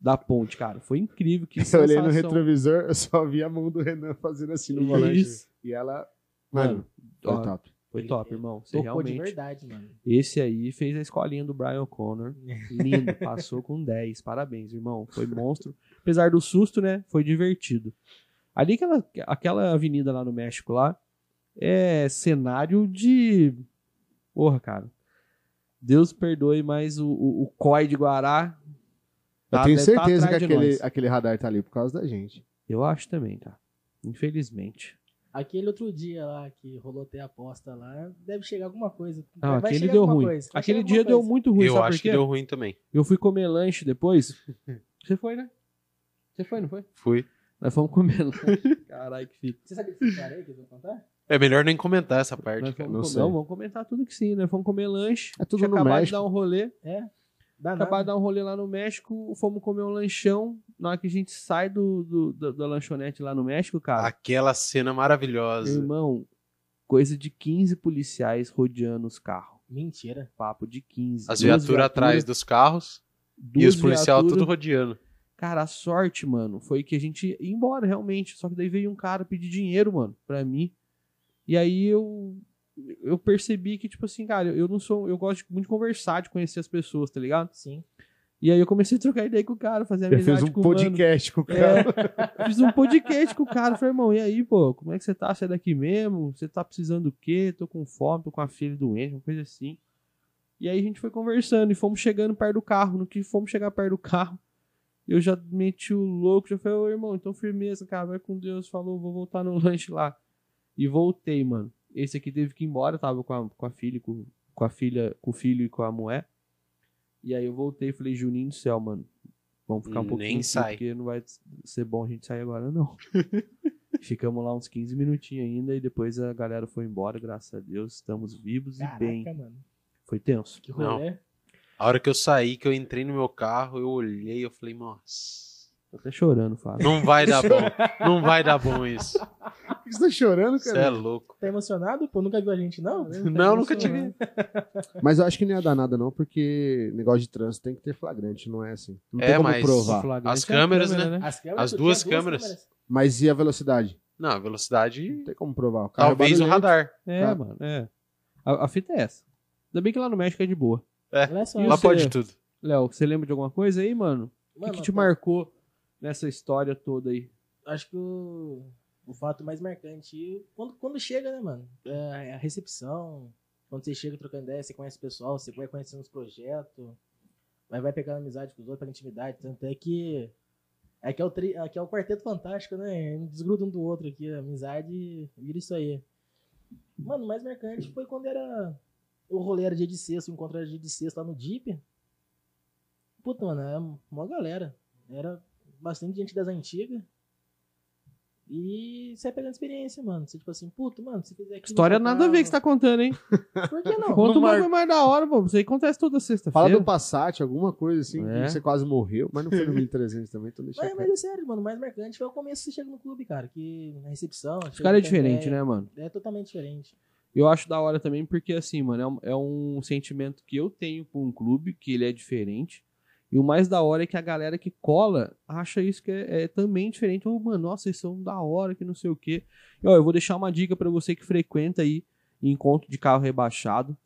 [SPEAKER 1] da ponte, cara. Foi incrível. Que
[SPEAKER 2] Eu olhei no
[SPEAKER 1] sensação.
[SPEAKER 2] retrovisor, eu só vi a mão do Renan fazendo assim no volante.
[SPEAKER 1] Isso.
[SPEAKER 2] E ela.
[SPEAKER 1] Mano,
[SPEAKER 2] Mano,
[SPEAKER 1] ó,
[SPEAKER 2] foi top.
[SPEAKER 1] foi
[SPEAKER 3] Ele-
[SPEAKER 1] top, irmão. Você
[SPEAKER 3] Tocou
[SPEAKER 1] realmente.
[SPEAKER 3] de verdade, mano.
[SPEAKER 1] Esse aí fez a escolinha do Brian O'Connor. Lindo, passou com 10. Parabéns, irmão. Foi monstro. Apesar do susto, né? Foi divertido. Ali, aquela, aquela avenida lá no México, lá, é cenário de. Porra, cara. Deus perdoe, mas o, o, o COI de Guará.
[SPEAKER 2] Eu
[SPEAKER 1] tá-
[SPEAKER 2] tenho
[SPEAKER 1] deve tá
[SPEAKER 2] certeza que
[SPEAKER 1] atrás de
[SPEAKER 2] aquele,
[SPEAKER 1] nós.
[SPEAKER 2] aquele radar tá ali por causa da gente.
[SPEAKER 1] Eu acho também, cara. Infelizmente.
[SPEAKER 3] Aquele outro dia lá que rolou até a aposta lá, deve chegar alguma coisa.
[SPEAKER 1] Não,
[SPEAKER 3] Vai
[SPEAKER 1] Ah, aquele
[SPEAKER 3] chegar
[SPEAKER 1] deu
[SPEAKER 3] alguma
[SPEAKER 1] ruim.
[SPEAKER 3] coisa, vai
[SPEAKER 1] Aquele
[SPEAKER 3] chegar
[SPEAKER 1] dia
[SPEAKER 3] alguma
[SPEAKER 1] deu
[SPEAKER 3] coisa.
[SPEAKER 1] muito ruim,
[SPEAKER 4] eu
[SPEAKER 1] sabe
[SPEAKER 4] acho
[SPEAKER 1] por quê?
[SPEAKER 4] que deu ruim também.
[SPEAKER 1] Eu fui comer lanche depois. Você foi, né? Você foi, não foi?
[SPEAKER 4] Fui.
[SPEAKER 1] Nós fomos comer lanche. Caralho, que fita.
[SPEAKER 3] Você sabe dessa história aí que eu vou contar?
[SPEAKER 4] É melhor nem comentar essa parte.
[SPEAKER 1] Nós
[SPEAKER 4] cara.
[SPEAKER 1] fomos
[SPEAKER 2] não
[SPEAKER 1] com-
[SPEAKER 2] sei.
[SPEAKER 1] não, vamos comentar tudo que sim, né? Fomos comer lanche.
[SPEAKER 2] É tudo
[SPEAKER 1] Tinha
[SPEAKER 2] no
[SPEAKER 1] acabado de
[SPEAKER 2] México.
[SPEAKER 1] dar um rolê.
[SPEAKER 3] Dá
[SPEAKER 1] Acabado de
[SPEAKER 3] nada.
[SPEAKER 1] dar um rolê lá no México, fomos comer um lanchão. Na hora que a gente sai do, do- do- da lanchonete lá no México, cara,
[SPEAKER 4] Aquela cena maravilhosa.
[SPEAKER 1] irmão, coisa de 15 policiais rodeando os carros.
[SPEAKER 3] Mentira.
[SPEAKER 1] Papo de 15. Duas
[SPEAKER 4] As viaturas atrás dos carros e
[SPEAKER 1] duas
[SPEAKER 4] os policiais
[SPEAKER 1] viaturas.
[SPEAKER 4] tudo rodeando.
[SPEAKER 1] Cara, a sorte, mano, foi que a gente ia embora realmente. Só que daí veio um cara pedir dinheiro, mano, pra mim. E aí eu eu percebi que, tipo assim, cara, eu não sou. Eu gosto de- muito de conversar, de conhecer as pessoas, tá ligado?
[SPEAKER 3] Sim.
[SPEAKER 1] E aí eu comecei a trocar ideia com o cara, fazer
[SPEAKER 2] Ele
[SPEAKER 1] amizade
[SPEAKER 2] fez um
[SPEAKER 1] com o mano.
[SPEAKER 2] podcast com o cara.
[SPEAKER 1] É, fiz um podcast com o cara. Falei, irmão, e aí, pô, como é que você tá? Você é daqui mesmo? Você tá precisando do quê? Tô com fome, tô com a filha doente, uma coisa assim. E aí a gente foi conversando e fomos chegando perto do carro. No que fomos chegar perto do carro, eu já meti o louco, já falei, ô irmão, então firmeza, cara, vai com Deus, falou, vou voltar no lanche lá. E voltei, mano. Esse aqui teve que ir embora, eu tava com a, com a filha, e com, com a filha, com o filho e com a mulher. E aí eu voltei e falei, Juninho do céu, mano. Vamos ficar um
[SPEAKER 4] Hum, Nem
[SPEAKER 1] pouquinho aqui,
[SPEAKER 4] sai.
[SPEAKER 1] porque não vai ser bom a gente sair agora, não. Ficamos lá uns 15 minutinhos ainda e depois a galera foi embora, graças a Deus, estamos vivos
[SPEAKER 3] Caraca,
[SPEAKER 1] e bem.
[SPEAKER 3] mano.
[SPEAKER 1] Foi tenso.
[SPEAKER 3] Que rolê.
[SPEAKER 4] A hora que eu saí, que eu entrei no meu carro, eu olhei, eu falei, nossa,
[SPEAKER 1] Tô até chorando, Fábio.
[SPEAKER 4] não vai dar bom. Não vai dar bom isso.
[SPEAKER 2] Por que Você tá chorando,
[SPEAKER 4] Você é
[SPEAKER 2] cara?
[SPEAKER 4] louco.
[SPEAKER 3] Tá emocionado? Pô, nunca viu a gente, não? Tá
[SPEAKER 4] Não, nunca te
[SPEAKER 3] emocionado.
[SPEAKER 4] vi.
[SPEAKER 2] Mas eu acho que não ia dar nada, não, porque negócio de trânsito tem que ter flagrante, não é assim. Não tem
[SPEAKER 4] É,
[SPEAKER 2] como
[SPEAKER 4] mas-
[SPEAKER 2] provar.
[SPEAKER 1] Flagrante
[SPEAKER 4] As
[SPEAKER 1] é a
[SPEAKER 4] câmeras, né?
[SPEAKER 1] câmera,
[SPEAKER 3] As, câmeras,
[SPEAKER 4] As
[SPEAKER 3] tu
[SPEAKER 4] duas
[SPEAKER 3] tinha
[SPEAKER 4] câmeras.
[SPEAKER 2] Mas e a velocidade?
[SPEAKER 4] Não, a velocidade.
[SPEAKER 2] Não tem como provar. O carro é
[SPEAKER 4] Talvez o
[SPEAKER 2] barulhento.
[SPEAKER 4] radar.
[SPEAKER 1] É,
[SPEAKER 2] Tá.
[SPEAKER 1] mano, é. A, a fita é essa. Ainda bem que lá no México é de boa.
[SPEAKER 3] Olha só.
[SPEAKER 1] E
[SPEAKER 4] Lá
[SPEAKER 1] você?
[SPEAKER 4] pode tudo.
[SPEAKER 1] Léo, você lembra de alguma coisa aí, mano? O
[SPEAKER 3] Mano,
[SPEAKER 1] que, que te
[SPEAKER 3] pô,
[SPEAKER 1] marcou nessa história toda aí?
[SPEAKER 3] Acho que o, o fato mais marcante, quando, quando chega, né, mano? É a recepção, quando você chega trocando ideia, você conhece o pessoal, você vai conhecendo os projetos, vai, vai pegando amizade com os outros, pela intimidade, tanto é que... É que é, o tri, é que é o quarteto fantástico, né? Desgruda um do outro aqui, a amizade vira isso aí. Mano, o mais marcante foi quando era. O rolê era dia de sexta, o encontro era dia de sexta lá no Jeep. Puta, mano, era mó galera. Era bastante gente das antigas. E você vai pegando experiência, mano. Você, tipo assim, puto, mano, se fizer aquilo.
[SPEAKER 1] História
[SPEAKER 3] pra
[SPEAKER 1] nada a ver que
[SPEAKER 3] cá,
[SPEAKER 1] você tá contando, hein?
[SPEAKER 3] Por que não?
[SPEAKER 1] Conta um
[SPEAKER 2] Mar-
[SPEAKER 1] bagulho mais da hora, pô. Isso aí acontece toda
[SPEAKER 2] Fala
[SPEAKER 1] sexta-feira.
[SPEAKER 2] do Passat, alguma coisa assim,
[SPEAKER 1] É.
[SPEAKER 2] que você quase morreu, mas não foi no 1300 também, então deixa
[SPEAKER 3] Mas,
[SPEAKER 2] quieto.
[SPEAKER 3] mas é sério, mano. O mais marcante foi o começo que você chega no clube, cara. Que na recepção.
[SPEAKER 1] Os caras é diferente, né, mano?
[SPEAKER 3] É totalmente diferente.
[SPEAKER 1] Eu acho da hora também porque, assim, mano, é um, é um sentimento que eu tenho com um clube, que ele é diferente. E o mais da hora é que a galera que cola acha isso que é, é também diferente. Ô, mano, nossa, vocês são da hora, que não sei o quê. E, ó, eu vou deixar uma dica pra você que frequenta aí encontro de carro rebaixado.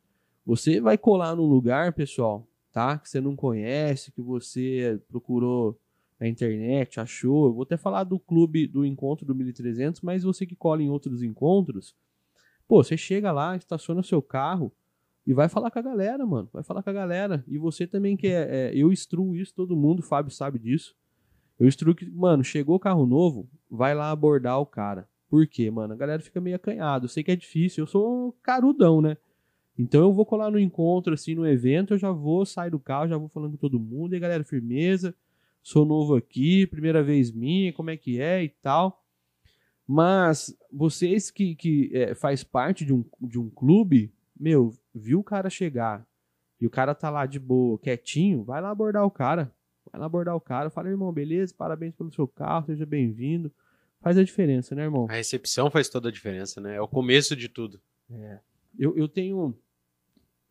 [SPEAKER 1] Você vai colar num lugar, pessoal, tá? Que você não conhece, que você procurou na internet, achou. Eu vou até falar do clube do encontro do 1300, mas você que cola em outros encontros, Pô, você chega lá, estaciona o seu carro e vai falar com a galera, mano. Vai falar com a galera. E você também que é, é, eu instruo isso, todo mundo, o Fábio sabe disso. Eu instruo que, mano, chegou o carro novo, vai lá abordar o cara. Por quê, mano? A galera fica meio acanhada. Eu sei que é difícil, eu sou carudão, né? Então eu vou colar no encontro, assim, no evento, eu já vou sair do carro, já vou falando com todo mundo. E aí, galera, firmeza, sou novo aqui, primeira vez minha, como é que é e tal. Mas vocês que, que é, faz parte de um, de um clube, meu, viu o cara chegar e o cara tá lá de boa, quietinho, vai lá abordar o cara. Vai lá abordar o cara, fala, irmão, beleza? Parabéns pelo seu carro, seja bem-vindo. Faz a diferença, né, irmão?
[SPEAKER 4] A recepção faz toda a diferença, né? É o começo de tudo.
[SPEAKER 1] Eu, eu tenho,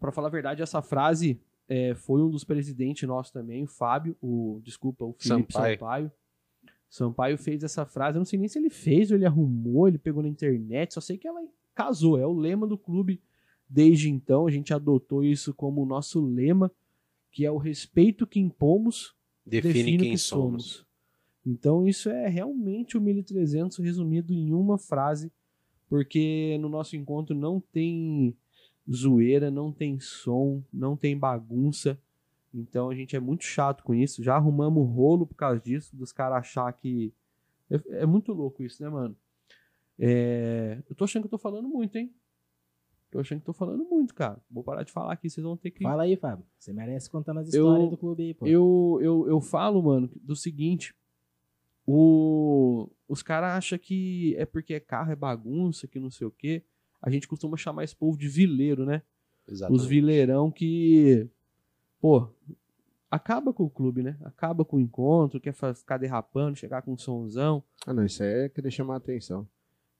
[SPEAKER 1] pra falar a verdade, essa frase é, foi um dos presidentes nossos também, o Fábio, o desculpa, o Felipe Sampaio.
[SPEAKER 4] Sampaio.
[SPEAKER 1] Sampaio. fez essa frase, eu não sei nem se ele fez ou ele arrumou, ele pegou na internet, só sei que ela casou, é o lema do clube desde então, a gente adotou isso como o nosso lema, que é o respeito que impomos,
[SPEAKER 4] Define, quem somos.
[SPEAKER 1] então isso é realmente o 1300 resumido em uma frase, porque no nosso encontro não tem zoeira, não tem som, não tem bagunça. Então a gente é muito chato com isso. Já arrumamos rolo por causa disso, dos caras achar que é, é muito louco isso, né, mano? É, Eu tô achando que eu tô falando muito, hein? Tô achando que tô falando muito, cara. Vou parar de falar aqui, vocês vão ter que
[SPEAKER 3] Fala aí, Fábio. Você merece contar mais
[SPEAKER 1] Eu-
[SPEAKER 3] histórias do clube aí, pô.
[SPEAKER 1] eu, eu, eu falo, mano, do seguinte. O, os caras acham que é porque é carro, é bagunça, que não sei o quê. A gente costuma chamar esse povo de vileiro, né?
[SPEAKER 4] Exatamente.
[SPEAKER 1] Os vileirão que. Pô, acaba com o clube, né? Acaba com o encontro, quer fa- ficar derrapando, chegar com um sonzão.
[SPEAKER 2] Ah, não, isso aí é querer chamar a atenção.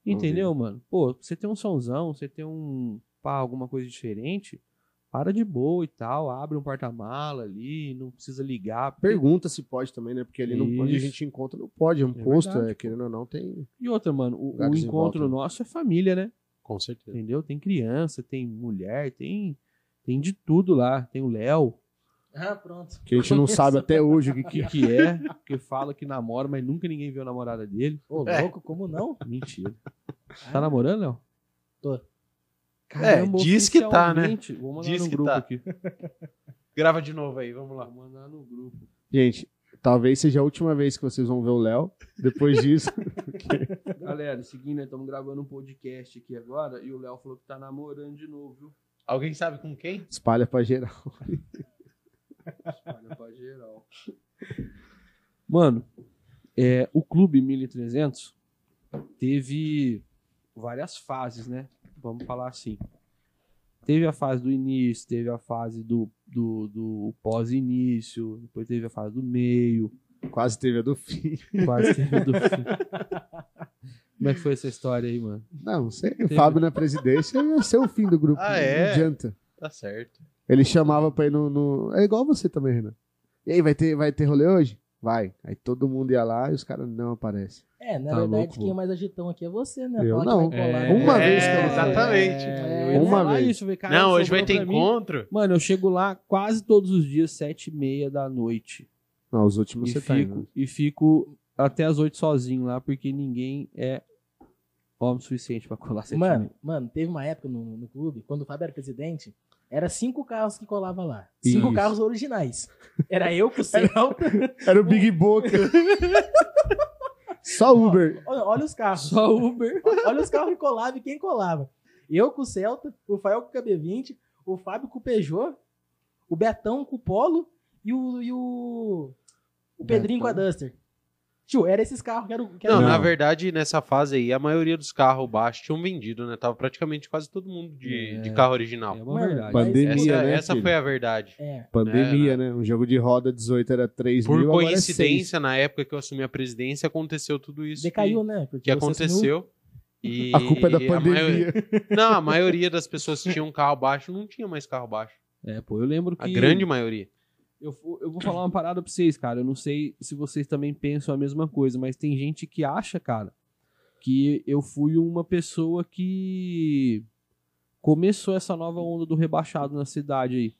[SPEAKER 1] Entendeu, mano? Pô, você tem um somzão, você tem um. pá, alguma coisa diferente. Para de boa e tal, abre um porta-mala ali, não precisa ligar. porque-
[SPEAKER 2] Pergunta se pode também, né? Porque ali não onde a
[SPEAKER 1] Isso.
[SPEAKER 2] gente encontra não pode, é um
[SPEAKER 1] É
[SPEAKER 2] posto,
[SPEAKER 1] verdade,
[SPEAKER 2] é, querendo ou não, tem.
[SPEAKER 1] E outra, mano, o, o
[SPEAKER 2] Lugares em
[SPEAKER 1] encontro
[SPEAKER 2] volta, né?
[SPEAKER 1] nosso é família, né?
[SPEAKER 4] Com certeza.
[SPEAKER 1] Entendeu? Tem criança, tem mulher, tem tem de tudo lá. Tem o Léo,
[SPEAKER 3] Ah, pronto.
[SPEAKER 2] Que a gente não sabe até hoje o que, que
[SPEAKER 1] que,
[SPEAKER 2] é.
[SPEAKER 1] que é, que fala que namora, mas nunca ninguém viu a namorada dele.
[SPEAKER 3] Ô,
[SPEAKER 4] É.
[SPEAKER 3] louco, como não?
[SPEAKER 1] Mentira. Tá
[SPEAKER 3] Ah,
[SPEAKER 1] namorando, Léo?
[SPEAKER 3] Tô.
[SPEAKER 1] Caramba,
[SPEAKER 4] É, diz que tá, né?
[SPEAKER 1] oficialmente. Vou mandar
[SPEAKER 4] Diz
[SPEAKER 1] no
[SPEAKER 4] que
[SPEAKER 1] grupo
[SPEAKER 4] tá.
[SPEAKER 1] aqui.
[SPEAKER 4] Grava de novo aí, vamos lá.
[SPEAKER 1] Vou mandar no grupo.
[SPEAKER 2] Gente, talvez seja a última vez que vocês vão ver o Léo. Depois disso,
[SPEAKER 1] Galera, seguindo, estamos gravando um podcast aqui agora e o Léo falou que tá namorando de novo, viu?
[SPEAKER 4] Alguém sabe com quem?
[SPEAKER 2] espalha pra geral.
[SPEAKER 1] Olha pra geral. Mano, é, o Clube 1300 teve várias fases, né? Vamos falar assim. Teve a fase do início, teve a fase do, do, do pós-início, depois teve a fase do meio,
[SPEAKER 2] Quase teve a do fim.
[SPEAKER 1] quase teve do fim. Como é que foi essa história aí, mano?
[SPEAKER 2] Não, não sei. O Fábio na presidência ia ser o fim do grupo.
[SPEAKER 4] Ah,
[SPEAKER 2] não
[SPEAKER 4] é?
[SPEAKER 2] adianta.
[SPEAKER 4] Tá certo.
[SPEAKER 2] Ele chamava pra ir no, no- É igual você também, Renan. E aí, vai ter, vai ter rolê hoje? Vai. Aí todo mundo ia lá e os caras não aparecem.
[SPEAKER 3] É, na
[SPEAKER 1] Tá
[SPEAKER 3] verdade,
[SPEAKER 1] louco,
[SPEAKER 3] quem é mais agitão aqui é você, né?
[SPEAKER 2] Eu
[SPEAKER 3] Falar que vai
[SPEAKER 2] não.
[SPEAKER 3] colar,
[SPEAKER 1] É,
[SPEAKER 3] né?
[SPEAKER 2] Uma vez que
[SPEAKER 4] é,
[SPEAKER 2] eu não falei.
[SPEAKER 4] exatamente.
[SPEAKER 3] É,
[SPEAKER 1] Eu ia
[SPEAKER 2] Uma
[SPEAKER 1] falar
[SPEAKER 2] vez.
[SPEAKER 1] Isso, eu falei, "Caralho,
[SPEAKER 4] não, hoje vai
[SPEAKER 1] sobrou
[SPEAKER 4] ter
[SPEAKER 1] pra mim."
[SPEAKER 4] encontro.
[SPEAKER 1] Mano, eu chego lá quase todos os dias, sete e meia da noite.
[SPEAKER 2] Não, os últimos
[SPEAKER 1] e,
[SPEAKER 2] você
[SPEAKER 1] fico,
[SPEAKER 2] tá indo.
[SPEAKER 1] e fico até as 8 sozinho lá, porque ninguém é homem suficiente pra colar sete
[SPEAKER 3] Mano,
[SPEAKER 1] mil.
[SPEAKER 3] mano, teve uma época no, no clube, quando o Fábio era presidente, era cinco carros que colava lá.
[SPEAKER 2] Isso.
[SPEAKER 3] Cinco carros originais. Era eu com o Celta.
[SPEAKER 2] Era o Big Boca. Só Uber.
[SPEAKER 3] olha, olha os carros.
[SPEAKER 1] Só Uber.
[SPEAKER 3] Olha os carros que colavam e quem colava. Eu com o Celta, o Fael com o KB20, o Fábio com o Peugeot, o Betão com o Polo e o, e o, o Pedrinho com a Duster. Tio, era esses carros que eram. Que
[SPEAKER 4] Não,
[SPEAKER 3] eram-
[SPEAKER 4] na
[SPEAKER 2] Não.
[SPEAKER 4] verdade, nessa fase aí, a maioria dos carros baixos tinham vendido, né? Tava praticamente quase todo mundo de,
[SPEAKER 1] É.
[SPEAKER 4] de carro original.
[SPEAKER 1] É uma
[SPEAKER 3] Mano,
[SPEAKER 1] verdade.
[SPEAKER 3] mas-
[SPEAKER 2] Pandemia,
[SPEAKER 4] Essa, é
[SPEAKER 2] né?
[SPEAKER 4] essa
[SPEAKER 2] filho?
[SPEAKER 4] foi a verdade.
[SPEAKER 3] É.
[SPEAKER 2] Pandemia, né? Um jogo de roda 18 era 3
[SPEAKER 4] Por
[SPEAKER 2] mil, agora é seis.
[SPEAKER 4] coincidência, na época que eu assumi a presidência, aconteceu tudo isso.
[SPEAKER 3] Decaiu, né?
[SPEAKER 4] que,
[SPEAKER 3] Porque
[SPEAKER 4] que
[SPEAKER 3] você assumiu-
[SPEAKER 4] aconteceu. E
[SPEAKER 2] A culpa é da
[SPEAKER 4] a maio-
[SPEAKER 2] pandemia.
[SPEAKER 4] Não, a maioria das pessoas que tinham um carro baixo não tinha mais carro baixo.
[SPEAKER 1] É, pô, eu lembro que.
[SPEAKER 4] A grande maioria.
[SPEAKER 1] Eu, fu- eu vou falar uma parada pra vocês, cara. Eu não sei se vocês também pensam a mesma coisa, mas tem gente que acha, cara, que eu fui uma pessoa que começou essa nova onda do rebaixado na cidade aí,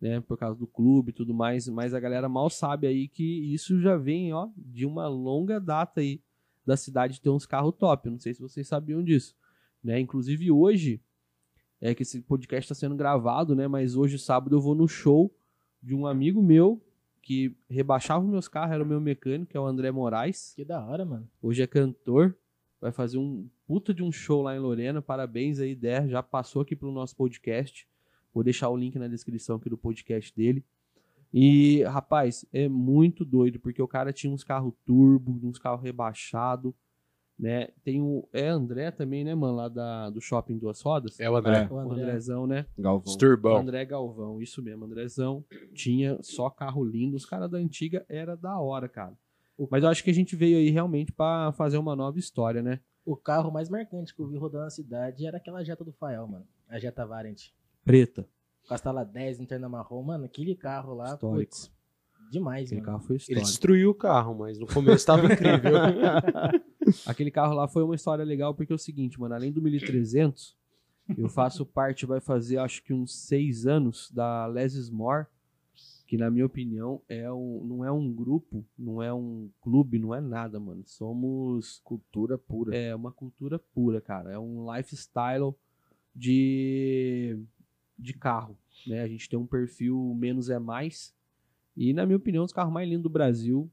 [SPEAKER 1] né? Por causa do clube e tudo mais, mas a galera mal sabe aí que isso já vem, ó, de uma longa data aí da cidade ter uns carros top. Eu não sei se vocês sabiam disso, né? Inclusive hoje, é que esse podcast tá sendo gravado, né? Mas hoje, sábado, eu vou no show de um amigo meu que rebaixava os meus carros, era o meu mecânico, que é o André Moraes.
[SPEAKER 3] um Que da hora, mano.
[SPEAKER 1] Hoje é cantor, vai fazer um puta de um show lá em Lorena. Parabéns aí, Der, já passou aqui pelo nosso podcast. Vou deixar o link na descrição aqui do podcast dele. E, rapaz, é muito doido, porque o cara tinha uns carros turbo, uns carros rebaixado, né? Tem o é André também, né, mano, lá da, do Shopping Duas Rodas?
[SPEAKER 4] É, o
[SPEAKER 2] É André.
[SPEAKER 3] O
[SPEAKER 1] O
[SPEAKER 3] André.
[SPEAKER 1] Andrezão, né?
[SPEAKER 2] Galvão.
[SPEAKER 1] O
[SPEAKER 4] Sturbão.
[SPEAKER 1] André Galvão, isso mesmo, Andrezão. Tinha só carro lindo. Os caras da antiga era da hora, cara. Mas eu acho que a gente veio aí realmente pra fazer uma nova história, né?
[SPEAKER 3] O carro mais marcante que eu vi rodando na cidade era aquela Jetta do Fael, mano. A Jetta Variant.
[SPEAKER 1] Preta.
[SPEAKER 3] Castela 10, interna marrom. Mano, aquele carro lá,
[SPEAKER 1] Histórico.
[SPEAKER 3] putz, demais,
[SPEAKER 1] Aquele
[SPEAKER 3] mano.
[SPEAKER 1] carro foi
[SPEAKER 4] Ele
[SPEAKER 1] histórico.
[SPEAKER 4] destruiu o carro, mas
[SPEAKER 2] É
[SPEAKER 4] no começo tava incrível.
[SPEAKER 1] Aquele carro lá foi uma história legal porque é o seguinte, mano, além do 1300, eu faço parte, vai fazer acho que uns seis anos, da Les More, que na minha opinião é um, não é um grupo, não é um clube, não é nada, mano. Somos
[SPEAKER 2] Cultura pura.
[SPEAKER 1] É uma cultura pura, cara. É um lifestyle de, de carro. Né? A gente tem um perfil menos é mais. E, na minha opinião, os carros mais lindos do Brasil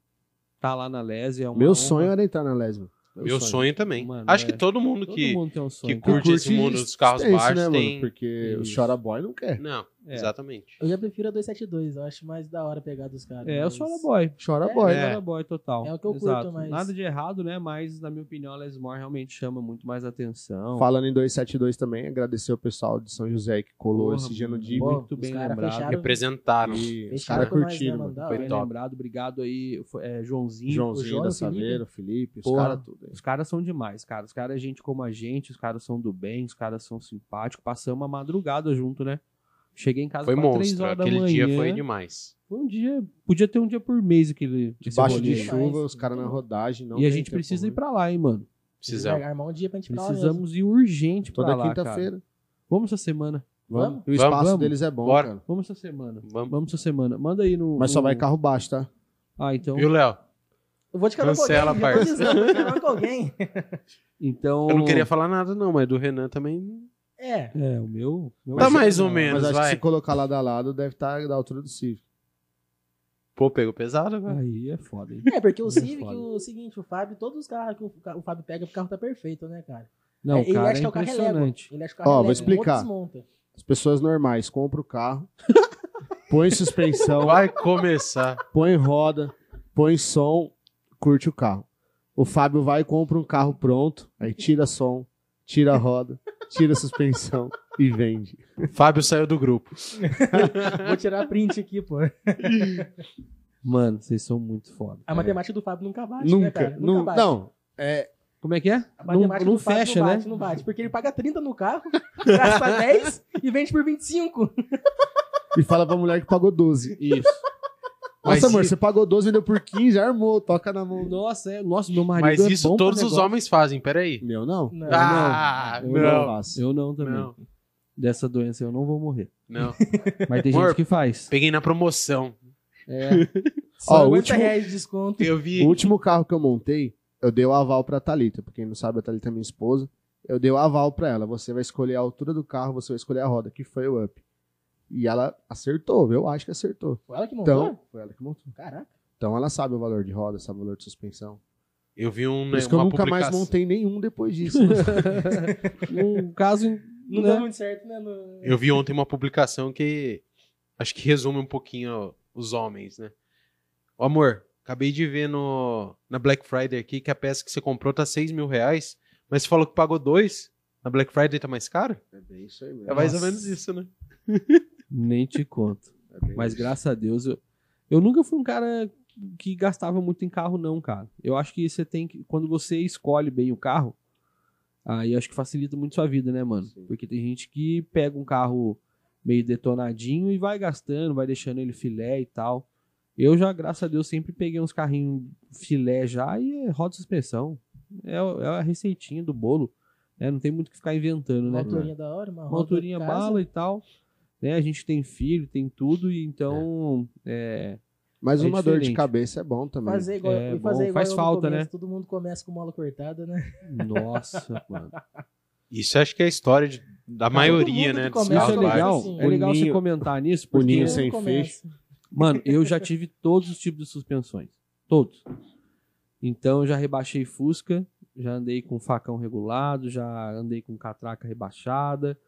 [SPEAKER 1] tá lá na Lese. É uma
[SPEAKER 2] Meu
[SPEAKER 1] honra.
[SPEAKER 2] sonho era entrar na lesma.
[SPEAKER 4] Meu sonho também.
[SPEAKER 1] Mano,
[SPEAKER 4] Acho
[SPEAKER 1] é.
[SPEAKER 4] que todo mundo
[SPEAKER 1] Todo
[SPEAKER 4] que.
[SPEAKER 1] mundo tem um sonho.
[SPEAKER 4] que
[SPEAKER 1] cara.
[SPEAKER 4] curte esse mundo dos carros
[SPEAKER 2] extenso,
[SPEAKER 4] baixos,
[SPEAKER 2] né, mano?
[SPEAKER 4] tem-
[SPEAKER 2] Porque o
[SPEAKER 1] Isso.
[SPEAKER 2] Chora Boy não quer.
[SPEAKER 4] Não,
[SPEAKER 1] É.
[SPEAKER 4] exatamente.
[SPEAKER 3] Eu já prefiro a 272, eu acho mais da hora pegar dos caras.
[SPEAKER 1] É, eu
[SPEAKER 3] mas-
[SPEAKER 1] sou a boy.
[SPEAKER 2] Chora
[SPEAKER 3] É,
[SPEAKER 2] Boy.
[SPEAKER 1] É.
[SPEAKER 2] né?
[SPEAKER 1] Era boy total.
[SPEAKER 3] É o que eu curto,
[SPEAKER 1] Exato.
[SPEAKER 3] mas-
[SPEAKER 1] Nada de errado, né? Mas, na minha opinião, a Lesmore realmente chama muito mais atenção.
[SPEAKER 2] Falando em 272 também, agradecer o pessoal de São José que colou
[SPEAKER 1] Porra,
[SPEAKER 2] esse Geno
[SPEAKER 1] mano.
[SPEAKER 2] Dibre.
[SPEAKER 3] Pô,
[SPEAKER 1] muito
[SPEAKER 3] os
[SPEAKER 1] bem
[SPEAKER 3] caras
[SPEAKER 1] lembrado.
[SPEAKER 3] fecharam-
[SPEAKER 4] Representaram.
[SPEAKER 2] E os
[SPEAKER 3] Fecharam
[SPEAKER 2] caras
[SPEAKER 3] com nós,
[SPEAKER 2] curtiram,
[SPEAKER 3] né,
[SPEAKER 2] mano.
[SPEAKER 3] mano? Da
[SPEAKER 1] Foi
[SPEAKER 3] hora.
[SPEAKER 1] bem lembrado. Obrigado aí, foi- é, Joãozinho.
[SPEAKER 3] o
[SPEAKER 2] Joãozinho
[SPEAKER 3] João,
[SPEAKER 2] da
[SPEAKER 3] o Felipe.
[SPEAKER 2] Saveira, Felipe, os
[SPEAKER 1] Porra.
[SPEAKER 2] caras tudo.
[SPEAKER 1] Os caras são demais, cara. Os caras é gente como a gente, os caras são do bem, os caras são simpáticos. Passamos a madrugada junto, né? Cheguei em casa
[SPEAKER 4] Foi
[SPEAKER 1] quase três
[SPEAKER 4] monstro.
[SPEAKER 1] horas da
[SPEAKER 4] Aquele
[SPEAKER 1] manhã.
[SPEAKER 4] dia foi demais.
[SPEAKER 1] Foi um dia, podia ter um dia por mês aquele esse
[SPEAKER 2] Debaixo
[SPEAKER 1] rolê
[SPEAKER 2] de
[SPEAKER 1] aí.
[SPEAKER 3] Demais,
[SPEAKER 2] chuva, os caras na
[SPEAKER 3] muito bom.
[SPEAKER 2] rodagem. Não
[SPEAKER 1] E a
[SPEAKER 2] tem
[SPEAKER 1] gente
[SPEAKER 2] tempo
[SPEAKER 1] precisa ir
[SPEAKER 2] ruim.
[SPEAKER 1] pra lá, hein, mano.
[SPEAKER 4] Precisamos.
[SPEAKER 3] Armar um dia pra gente Precisamos.
[SPEAKER 1] Precisamos ir urgente pra
[SPEAKER 2] Toda
[SPEAKER 1] lá, cara.
[SPEAKER 2] quinta-feira.
[SPEAKER 1] Vamos essa semana.
[SPEAKER 2] Vamos.
[SPEAKER 3] Vamos?
[SPEAKER 2] E o
[SPEAKER 4] Vamos,
[SPEAKER 2] espaço
[SPEAKER 1] vamos.
[SPEAKER 2] deles é bom,
[SPEAKER 4] Bora.
[SPEAKER 2] cara.
[SPEAKER 1] Vamos essa semana.
[SPEAKER 4] Vamos.
[SPEAKER 1] Vamos essa semana. Manda aí no.
[SPEAKER 2] Mas só
[SPEAKER 1] no-
[SPEAKER 2] vai carro baixo, tá?
[SPEAKER 1] Ah, então.
[SPEAKER 4] Viu, Léo?
[SPEAKER 3] Eu vou te calar com alguém.
[SPEAKER 4] Cancela,
[SPEAKER 3] eu vou
[SPEAKER 4] parça.
[SPEAKER 3] dizer, eu vou te calar com alguém.
[SPEAKER 1] Então.
[SPEAKER 4] Eu não queria falar nada, não, mas do Renan também.
[SPEAKER 3] É.
[SPEAKER 1] É, o meu. meu
[SPEAKER 4] Tá
[SPEAKER 1] acho que
[SPEAKER 4] mais ou
[SPEAKER 1] não.
[SPEAKER 4] menos,
[SPEAKER 2] Mas acho
[SPEAKER 4] vai.
[SPEAKER 2] que se colocar lado a lado, deve estar da altura do Civic.
[SPEAKER 4] Pô, pegou pesado, velho.
[SPEAKER 1] Aí é foda, hein?
[SPEAKER 3] É, porque o
[SPEAKER 1] Muito
[SPEAKER 3] Civic,
[SPEAKER 1] foda.
[SPEAKER 3] o seguinte, o Fábio, todos os carros que o, ca- o Fábio pega, o carro tá perfeito, né, cara?
[SPEAKER 1] Não,
[SPEAKER 3] É, ele
[SPEAKER 1] cara,
[SPEAKER 3] acha
[SPEAKER 1] é
[SPEAKER 3] que o carro é Lego.
[SPEAKER 1] impressionante.
[SPEAKER 3] Ele acha que o
[SPEAKER 2] Ó,
[SPEAKER 3] carro é
[SPEAKER 2] vou
[SPEAKER 3] Lego, monta
[SPEAKER 2] explicar.
[SPEAKER 3] e desmonta.
[SPEAKER 2] As pessoas normais compram o carro, põe suspensão,
[SPEAKER 4] Vai começar.
[SPEAKER 2] põe roda, põe som, curte o carro. O Fábio vai e compra um carro pronto, aí tira som, tira a roda, tira a suspensão e vende.
[SPEAKER 4] Fábio saiu do grupo.
[SPEAKER 3] Vou tirar print aqui, pô.
[SPEAKER 1] Mano, vocês são muito foda.
[SPEAKER 3] A matemática do Fábio nunca bate, né,
[SPEAKER 2] nunca,
[SPEAKER 3] cara?
[SPEAKER 2] nu-
[SPEAKER 3] bate.
[SPEAKER 2] não. É,
[SPEAKER 1] Como é que é? Não,
[SPEAKER 3] A matemática
[SPEAKER 1] não
[SPEAKER 3] do Fábio
[SPEAKER 1] fecha,
[SPEAKER 3] não
[SPEAKER 1] né?
[SPEAKER 3] bate, não bate. Porque ele paga 30 no carro, gasta 10 e vende por 25.
[SPEAKER 2] e fala pra mulher que pagou 12.
[SPEAKER 1] Isso.
[SPEAKER 4] Mas
[SPEAKER 2] Nossa, amor,
[SPEAKER 4] e-
[SPEAKER 2] você pagou 12, vendeu por 15, armou, toca na mão.
[SPEAKER 1] Nossa, é, nossa, meu marido
[SPEAKER 4] Mas
[SPEAKER 1] é
[SPEAKER 4] isso
[SPEAKER 1] bom pra
[SPEAKER 4] todos os
[SPEAKER 1] negócio.
[SPEAKER 4] homens fazem, peraí.
[SPEAKER 2] Meu, não.
[SPEAKER 3] Não.
[SPEAKER 2] Eu
[SPEAKER 4] Ah,
[SPEAKER 2] não. é Eu não
[SPEAKER 4] não.
[SPEAKER 2] faço.
[SPEAKER 1] Eu não também.
[SPEAKER 4] Não,
[SPEAKER 1] Dessa doença eu não vou morrer.
[SPEAKER 4] não.
[SPEAKER 1] Mas tem
[SPEAKER 4] Amor,
[SPEAKER 1] gente que faz. É,
[SPEAKER 4] Peguei na promoção.
[SPEAKER 2] Ó, o
[SPEAKER 3] 50
[SPEAKER 2] último-
[SPEAKER 3] reais de desconto.
[SPEAKER 4] Eu
[SPEAKER 2] O
[SPEAKER 4] vi.
[SPEAKER 2] último carro que eu montei, eu dei o aval pra Thalita. Pra quem não sabe, a Thalita é minha esposa. Eu dei o aval pra ela. Você vai escolher a altura do carro, você vai escolher a roda, que foi o up. E ela acertou, eu acho que acertou.
[SPEAKER 3] Foi ela que montou?
[SPEAKER 2] Então, foi ela que montou.
[SPEAKER 3] Caraca.
[SPEAKER 2] Então ela sabe o valor de roda, sabe o valor de suspensão.
[SPEAKER 4] Eu vi um,
[SPEAKER 2] Por
[SPEAKER 4] né,
[SPEAKER 2] isso que eu
[SPEAKER 4] uma
[SPEAKER 2] nunca mais
[SPEAKER 4] publicação.
[SPEAKER 2] montei nenhum depois disso. né?
[SPEAKER 1] Um caso.
[SPEAKER 3] Não
[SPEAKER 1] né?
[SPEAKER 3] deu muito certo, né? no-
[SPEAKER 4] Eu vi ontem uma publicação que acho que resume um pouquinho os homens, né? Ô, amor, Acabei de ver no, na Black Friday aqui que a peça que você comprou tá 6 mil reais, mas você falou que pagou dois. Na Black Friday tá mais caro?
[SPEAKER 2] É bem isso aí mesmo.
[SPEAKER 4] É mais ou
[SPEAKER 3] Nossa.
[SPEAKER 4] menos isso, né?
[SPEAKER 1] Nem te conto.
[SPEAKER 2] É bem
[SPEAKER 1] Mas
[SPEAKER 2] isso.
[SPEAKER 1] graças a Deus, eu, eu nunca fui um cara que gastava muito em carro, não, cara. Eu acho que você tem que. Quando você escolhe bem o carro, aí eu acho que facilita muito sua vida, né, mano?
[SPEAKER 2] Sim.
[SPEAKER 1] Porque tem gente que pega um carro meio detonadinho e vai gastando, vai deixando ele filé e tal. Eu já, graças a Deus, sempre peguei uns carrinhos filé já e é roda suspensão. É, o- é a receitinha do bolo. né? Não tem muito o que ficar inventando, né?
[SPEAKER 3] Uma alturinha da hora, uma,
[SPEAKER 1] uma alturinha bala e tal. Né? A gente tem filho, tem tudo, e então. É.
[SPEAKER 2] Mas
[SPEAKER 1] é
[SPEAKER 2] uma dor de
[SPEAKER 1] diferente.
[SPEAKER 2] cabeça é bom também.
[SPEAKER 3] Fazer igual,
[SPEAKER 1] É
[SPEAKER 3] e
[SPEAKER 1] bom,
[SPEAKER 3] fazer igual
[SPEAKER 1] faz
[SPEAKER 3] eu no
[SPEAKER 1] falta, né?
[SPEAKER 3] começo, Todo mundo começa com mola cortada, né?
[SPEAKER 1] Nossa, mano.
[SPEAKER 4] Isso acho que é a história de- da
[SPEAKER 3] Todo
[SPEAKER 4] maioria,
[SPEAKER 3] mundo
[SPEAKER 4] né?
[SPEAKER 3] que
[SPEAKER 4] dos
[SPEAKER 1] Isso
[SPEAKER 3] começa
[SPEAKER 1] é
[SPEAKER 4] carros
[SPEAKER 3] com isso,
[SPEAKER 1] legal.
[SPEAKER 4] baixos.
[SPEAKER 3] assim.
[SPEAKER 1] É legal você
[SPEAKER 2] Ninho-
[SPEAKER 1] comentar nisso,
[SPEAKER 2] o
[SPEAKER 1] porque.
[SPEAKER 2] Ninho
[SPEAKER 3] Todo
[SPEAKER 2] sem
[SPEAKER 3] mundo começa.
[SPEAKER 1] Mano, eu já tive todos os tipos de suspensões. Todos. Então eu já rebaixei Fusca, já andei com facão regulado, já andei com catraca rebaixada,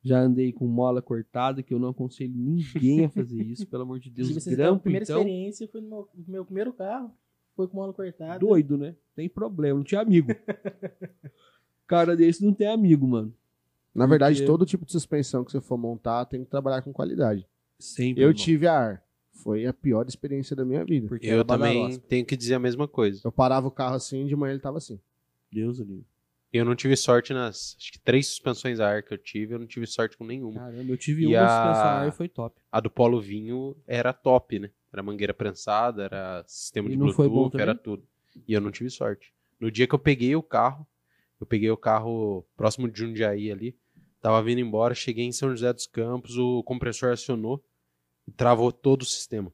[SPEAKER 1] já andei com mola cortada, que eu não aconselho ninguém a fazer isso, pelo amor de Deus.
[SPEAKER 3] Tive essa a
[SPEAKER 1] Grampo,
[SPEAKER 3] primeira
[SPEAKER 1] então,
[SPEAKER 3] experiência foi no meu, no meu primeiro carro, foi com mola cortada.
[SPEAKER 1] doido, né? Tem problema, não tinha amigo. Cara desse não tem amigo, mano.
[SPEAKER 2] Na verdade,
[SPEAKER 1] Porque-
[SPEAKER 2] todo tipo de suspensão que você for montar tem que trabalhar com qualidade.
[SPEAKER 1] Sempre.
[SPEAKER 2] Eu
[SPEAKER 1] irmão.
[SPEAKER 2] tive a ar. Foi a pior experiência da minha vida.
[SPEAKER 3] é
[SPEAKER 1] Porque
[SPEAKER 4] Eu
[SPEAKER 1] era
[SPEAKER 4] também
[SPEAKER 1] badarosa.
[SPEAKER 4] tenho que dizer a mesma coisa.
[SPEAKER 2] Eu parava o carro assim, de manhã ele tava assim.
[SPEAKER 1] Deus o livre.
[SPEAKER 4] Eu não tive sorte nas acho que três suspensões a ar que eu tive, eu não tive sorte com nenhuma.
[SPEAKER 1] Caramba, eu tive
[SPEAKER 4] E
[SPEAKER 1] uma
[SPEAKER 4] a-
[SPEAKER 1] suspensão e foi top.
[SPEAKER 4] A do Polo Vinho era top, né? Era mangueira prensada, era sistema
[SPEAKER 1] E
[SPEAKER 4] de
[SPEAKER 1] não foi bom
[SPEAKER 4] Bluetooth, era tudo. E eu não tive sorte. No dia que eu peguei o carro, eu peguei o carro próximo de Jundiaí ali, tava vindo embora, cheguei em São José dos Campos, o compressor acionou e travou todo o sistema.